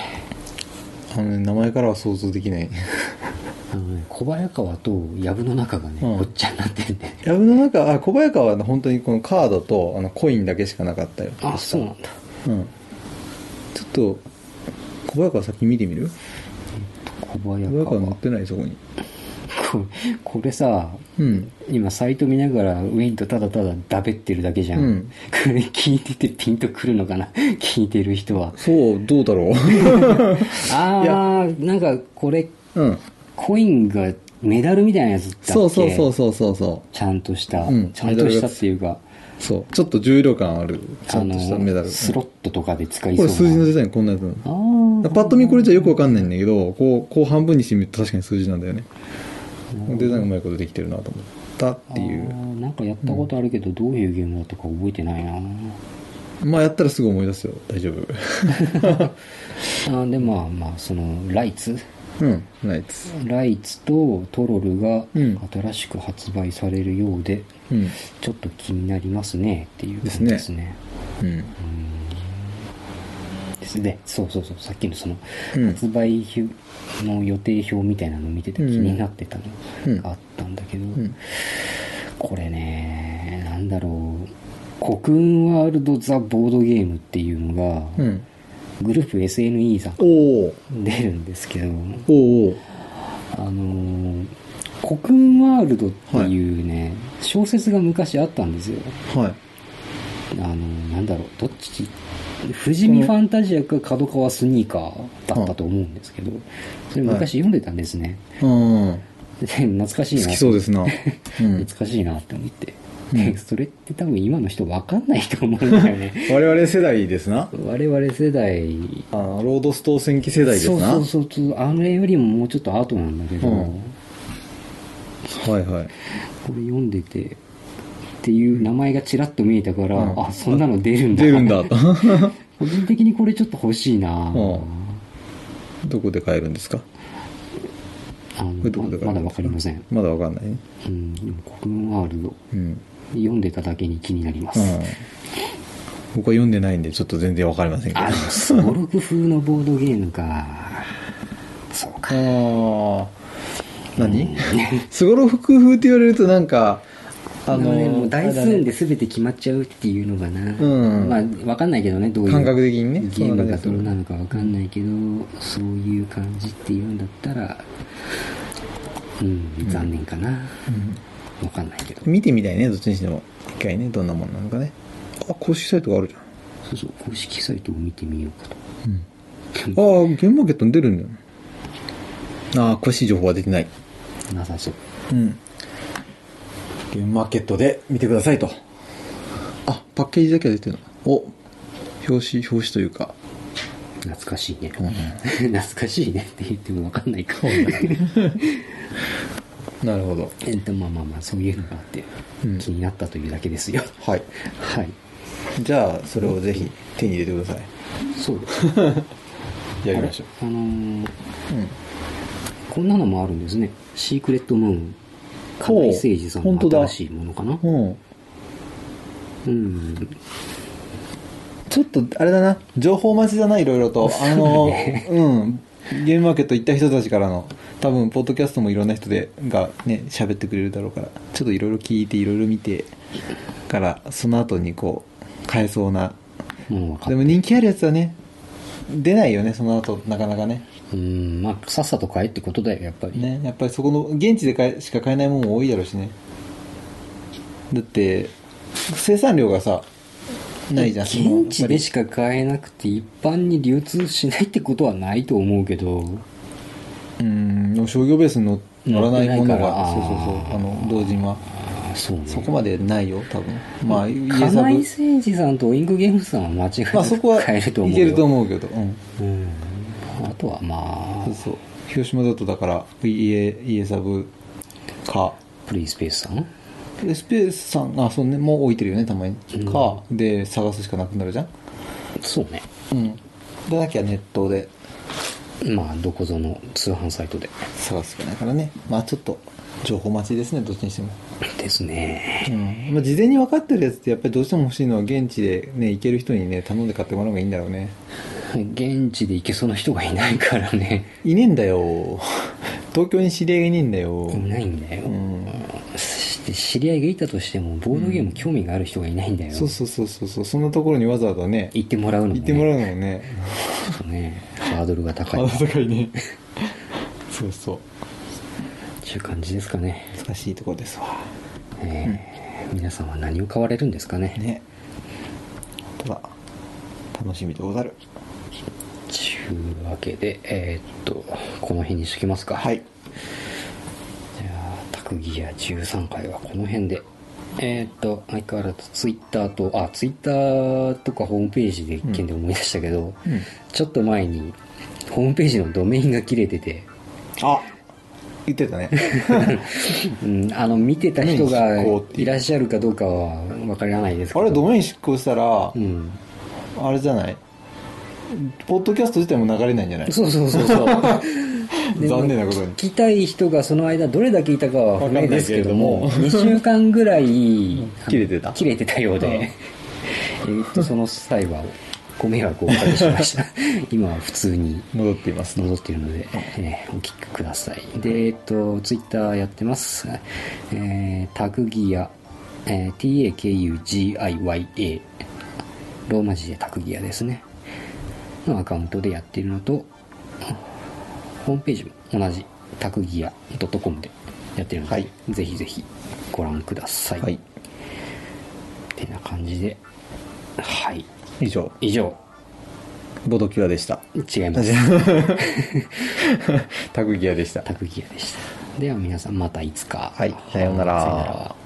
[SPEAKER 3] あのね名前からは想像できない
[SPEAKER 2] あのね小早川と藪の中がね
[SPEAKER 3] うん
[SPEAKER 2] ごっちゃになってんだよね
[SPEAKER 3] やぶの中あ小早川はね本当にこのカードとあのコインだけしかなかったよ
[SPEAKER 2] あそうなんだ
[SPEAKER 3] うんちょっと小早川先見てみる
[SPEAKER 2] 小
[SPEAKER 3] 小
[SPEAKER 2] 早川
[SPEAKER 3] 早川載ってないそこに
[SPEAKER 2] こ れこれさ
[SPEAKER 3] うん
[SPEAKER 2] 今サイト見ながらウィンとただただだべってるだけじゃん、
[SPEAKER 3] うん
[SPEAKER 2] これ聞いててピンとくるのかな 聞いてる人は
[SPEAKER 3] そうどう だろ
[SPEAKER 2] ああなんかこれ
[SPEAKER 3] ううん
[SPEAKER 2] コインがメダルみたいなやつだっけ
[SPEAKER 3] そうそうそうそうそうそ
[SPEAKER 2] ちゃんとした、
[SPEAKER 3] うん
[SPEAKER 2] ちゃんとしたっていうか
[SPEAKER 3] うそうちょっと重量感あるちゃんとしたメダル
[SPEAKER 2] スロットとかで使い
[SPEAKER 3] こ
[SPEAKER 2] そうな
[SPEAKER 3] れ数字のデザインこんなやつなの
[SPEAKER 2] あー
[SPEAKER 3] パッと見これじゃよくわかんないんだけどこうこう半分にしてみると確かに数字なんだよねデザインうまいことできてるなと思ったってい
[SPEAKER 2] あ
[SPEAKER 3] う
[SPEAKER 2] ーなんかやったことあるけどどういうゲームだとか覚えてないな
[SPEAKER 3] まあやったらすぐ思い出すよ大丈夫
[SPEAKER 2] あでまあまあそのライツ
[SPEAKER 3] うんナイツ
[SPEAKER 2] ライツとトロルが
[SPEAKER 3] うん
[SPEAKER 2] 新しく発売されるようで、
[SPEAKER 3] うん
[SPEAKER 2] ちょっと気になりますねっていう感じですね
[SPEAKER 3] うん
[SPEAKER 2] ですねそうそうそうさっきのその
[SPEAKER 3] うん
[SPEAKER 2] 発売日の予定表みたいなの見てて気になってたのがあったんだけど、
[SPEAKER 3] ん
[SPEAKER 2] これねなんだろう「コクーンワールド・ザ・ボードゲーム」っていうのが、
[SPEAKER 3] うん
[SPEAKER 2] グループ SNE さん
[SPEAKER 3] おお
[SPEAKER 2] 出るんですけど
[SPEAKER 3] おおお
[SPEAKER 2] あのーコクーンワールド」っていうね、小説が昔あったんですよ
[SPEAKER 3] はい
[SPEAKER 2] あのーなんだろうどっち富士見ファンタジアか角川スニーカーだったと思うんですけどそれ昔読んでたんですね、
[SPEAKER 3] うん
[SPEAKER 2] で懐かしいな
[SPEAKER 3] 好きそうです なうん
[SPEAKER 2] 懐かしいなって思って、
[SPEAKER 3] うん
[SPEAKER 2] でそれって多分今の人分かんないと思うんだよ ね
[SPEAKER 3] 我々世代ですな
[SPEAKER 2] 我々世代
[SPEAKER 3] あーロードストー戦記世代です
[SPEAKER 2] そう
[SPEAKER 3] な
[SPEAKER 2] そうそうそうあれよりももうちょっと後なんだけど、
[SPEAKER 3] うん
[SPEAKER 2] こ
[SPEAKER 3] はいはい
[SPEAKER 2] れ読んでてっていう名前がちらっと見えたから、
[SPEAKER 3] うん
[SPEAKER 2] あそんなの出るんだ
[SPEAKER 3] 出るんだ
[SPEAKER 2] 個人的にこれちょっと欲しいな、
[SPEAKER 3] うんどこで買えるんですか
[SPEAKER 2] あ
[SPEAKER 3] これど
[SPEAKER 2] の
[SPEAKER 3] こで買えるんで
[SPEAKER 2] ままだ
[SPEAKER 3] す
[SPEAKER 2] 分かりません、
[SPEAKER 3] まだわかんないね
[SPEAKER 2] うん、でも国分ワールド
[SPEAKER 3] うん
[SPEAKER 2] 読んでただけに気になります、
[SPEAKER 3] うん僕は読んでないんでちょっと全然わかりませんけど
[SPEAKER 2] あスゴロク風のボードゲームかそうか
[SPEAKER 3] ああ何すごろく風って言われるとなんかあ
[SPEAKER 2] あの
[SPEAKER 3] の
[SPEAKER 2] ね、もう台
[SPEAKER 3] あれだ
[SPEAKER 2] 数
[SPEAKER 3] ね
[SPEAKER 2] で全て決まっちゃうっていうのがな、
[SPEAKER 3] うん
[SPEAKER 2] まあ分かんないけどねどういう
[SPEAKER 3] 感覚的にね
[SPEAKER 2] ゲームが
[SPEAKER 3] そ
[SPEAKER 2] ど
[SPEAKER 3] う
[SPEAKER 2] れ
[SPEAKER 3] なんだ
[SPEAKER 2] なのか分かんないけどそういう感じっていうんだったらうん残念かな、分かんないけど
[SPEAKER 3] 見てみたいねどっちにしても一回ねどんなもんなのかねあ公式サイトがあるじゃん
[SPEAKER 2] そうそう公式サイトを見てみようかと
[SPEAKER 3] ああゲームマーケットに出るんだよああ詳しい情報は出てない
[SPEAKER 2] なさそう
[SPEAKER 3] うんゲームマーケットで見てくださいとあパッケージだけは出てるのお表紙表紙というか
[SPEAKER 2] 懐かしいね、
[SPEAKER 3] ん
[SPEAKER 2] 懐かしいねって言っても分かんないか
[SPEAKER 3] なるほど
[SPEAKER 2] えっとまあまあまあそういうのがあって
[SPEAKER 3] うん
[SPEAKER 2] 気になったというだけですよ、
[SPEAKER 3] はい
[SPEAKER 2] はい
[SPEAKER 3] じゃあそれをぜひ手に入れてください
[SPEAKER 2] そうですね
[SPEAKER 3] やりましょ
[SPEAKER 2] あのー
[SPEAKER 3] ううん
[SPEAKER 2] こんなのもあるんですね。シークレットムーン。
[SPEAKER 3] ほう
[SPEAKER 2] 金井誠二さん
[SPEAKER 3] 本当
[SPEAKER 2] の新
[SPEAKER 3] だ
[SPEAKER 2] しいものかな。
[SPEAKER 3] うん、
[SPEAKER 2] うん。
[SPEAKER 3] ちょっとあれだな情報待ちだないろいろ とあのうんゲームマーケット行った人たちからの多分ポッドキャストもいろんな人でがね喋ってくれるだろうからちょっといろいろ聞いていろいろ見てからその後にこう買えそうな
[SPEAKER 2] もう分か
[SPEAKER 3] で
[SPEAKER 2] っ
[SPEAKER 3] も人気あるやつはね出ないよねその後なかなかね
[SPEAKER 2] うん。まあ、さっさと買えってことだよ、やっぱり。
[SPEAKER 3] ねやっぱりそこの現地で買えしか買えないものも多いだろうしねだって生産量がさないじゃんその
[SPEAKER 2] 現地でしか買えなくて、一般に流通しないってことはないと思うけど、
[SPEAKER 3] うんでも商業ベースに乗乗らない
[SPEAKER 2] 乗
[SPEAKER 3] もの
[SPEAKER 2] ってないから
[SPEAKER 3] がそうそうそうあの同人は
[SPEAKER 2] ああ、そうね。
[SPEAKER 3] そこまでないよ多分まあ家サ
[SPEAKER 2] 金井
[SPEAKER 3] ブ
[SPEAKER 2] 誠二さんとインクゲームズさんは間違い
[SPEAKER 3] まあ
[SPEAKER 2] な
[SPEAKER 3] そこは
[SPEAKER 2] く買えると思う
[SPEAKER 3] い
[SPEAKER 2] よ。
[SPEAKER 3] けると思うけどうん
[SPEAKER 2] うん。あとはま
[SPEAKER 3] そう
[SPEAKER 2] あ、
[SPEAKER 3] そう広島だとだから家家サブか
[SPEAKER 2] プレイスペースさん
[SPEAKER 3] でスペースさんあそうねもう置いてるよねたまにかで探すしかなくなるじゃん
[SPEAKER 2] そうね。
[SPEAKER 3] うんでなきゃネットで
[SPEAKER 2] まあ、どこぞの通販サイトで。
[SPEAKER 3] 探すしかないからねまあちょっと情報待ちですねどっちにしても
[SPEAKER 2] ですね。
[SPEAKER 3] うんまあ、事前に分かってるやつってやっぱりどうしても欲しいのは現地でね行ける人にね頼んで買ってもらうのがいいんだろうね
[SPEAKER 2] 現地で行けそうな人がいないからね
[SPEAKER 3] いねえんだよ 東京に知り合いがいねえんだよ
[SPEAKER 2] いないんだよ、
[SPEAKER 3] ん
[SPEAKER 2] して知り合いがいたとしてもボードゲーム興味がある人がいないんだよ、
[SPEAKER 3] そうそうそうそうそうそんなところにわざわざね
[SPEAKER 2] 行ってもらうのも、ね、
[SPEAKER 3] 行ってもらうのもね
[SPEAKER 2] ちょっとねハードルが高い
[SPEAKER 3] あ
[SPEAKER 2] っ
[SPEAKER 3] 高いねそうそう
[SPEAKER 2] ていう感じですかね、
[SPEAKER 3] 難しいところですわ
[SPEAKER 2] えー皆さんは何を買われるんですかね
[SPEAKER 3] ねただ楽しみでござる
[SPEAKER 2] ちゅうわけでえーっとこの辺にしときますか
[SPEAKER 3] はい
[SPEAKER 2] じゃあ「特技や13回」はこの辺でえーっと相変わらずツイッターとあツイッターとかホームページで一見で思い出したけど、
[SPEAKER 3] うん
[SPEAKER 2] ちょっと前にホームページのドメインが切れてて、
[SPEAKER 3] あ言ってた ね
[SPEAKER 2] うん、あの見てた人が
[SPEAKER 3] ドメイン執行っていう
[SPEAKER 2] いらっしゃるかどうかはわからないですけ
[SPEAKER 3] あ
[SPEAKER 2] ど
[SPEAKER 3] れドメイン執行したら、
[SPEAKER 2] うん
[SPEAKER 3] あれじゃないポッドキャスト自体も流れないんじゃない
[SPEAKER 2] そうそうそうそうで
[SPEAKER 3] 残念なことに
[SPEAKER 2] 聞きたい人がその間どれだけいたかは不明ですけども
[SPEAKER 3] わかんない
[SPEAKER 2] 2週間ぐらい
[SPEAKER 3] 切れてた
[SPEAKER 2] 切れてたようで、えーっとその際はご迷惑をおかけしました 今は普通に
[SPEAKER 3] 戻っています
[SPEAKER 2] 戻っているので、えーお聞きくださいでえっとツイッターやってます、えータグギア、えー TAKUGIYA ローマ字でタグギアですねのアカウントでやっているのとホームページも同じタグギア .com でやってるので、
[SPEAKER 3] はい
[SPEAKER 2] ぜひぜひご覧ください、
[SPEAKER 3] はい
[SPEAKER 2] ってな感じではい
[SPEAKER 3] 以上
[SPEAKER 2] 以 上
[SPEAKER 3] ボドキュアでした
[SPEAKER 2] 違います
[SPEAKER 3] タグギアでした
[SPEAKER 2] タグギアでしたでは皆さんまたいつか
[SPEAKER 3] はいさようなら
[SPEAKER 2] さようなら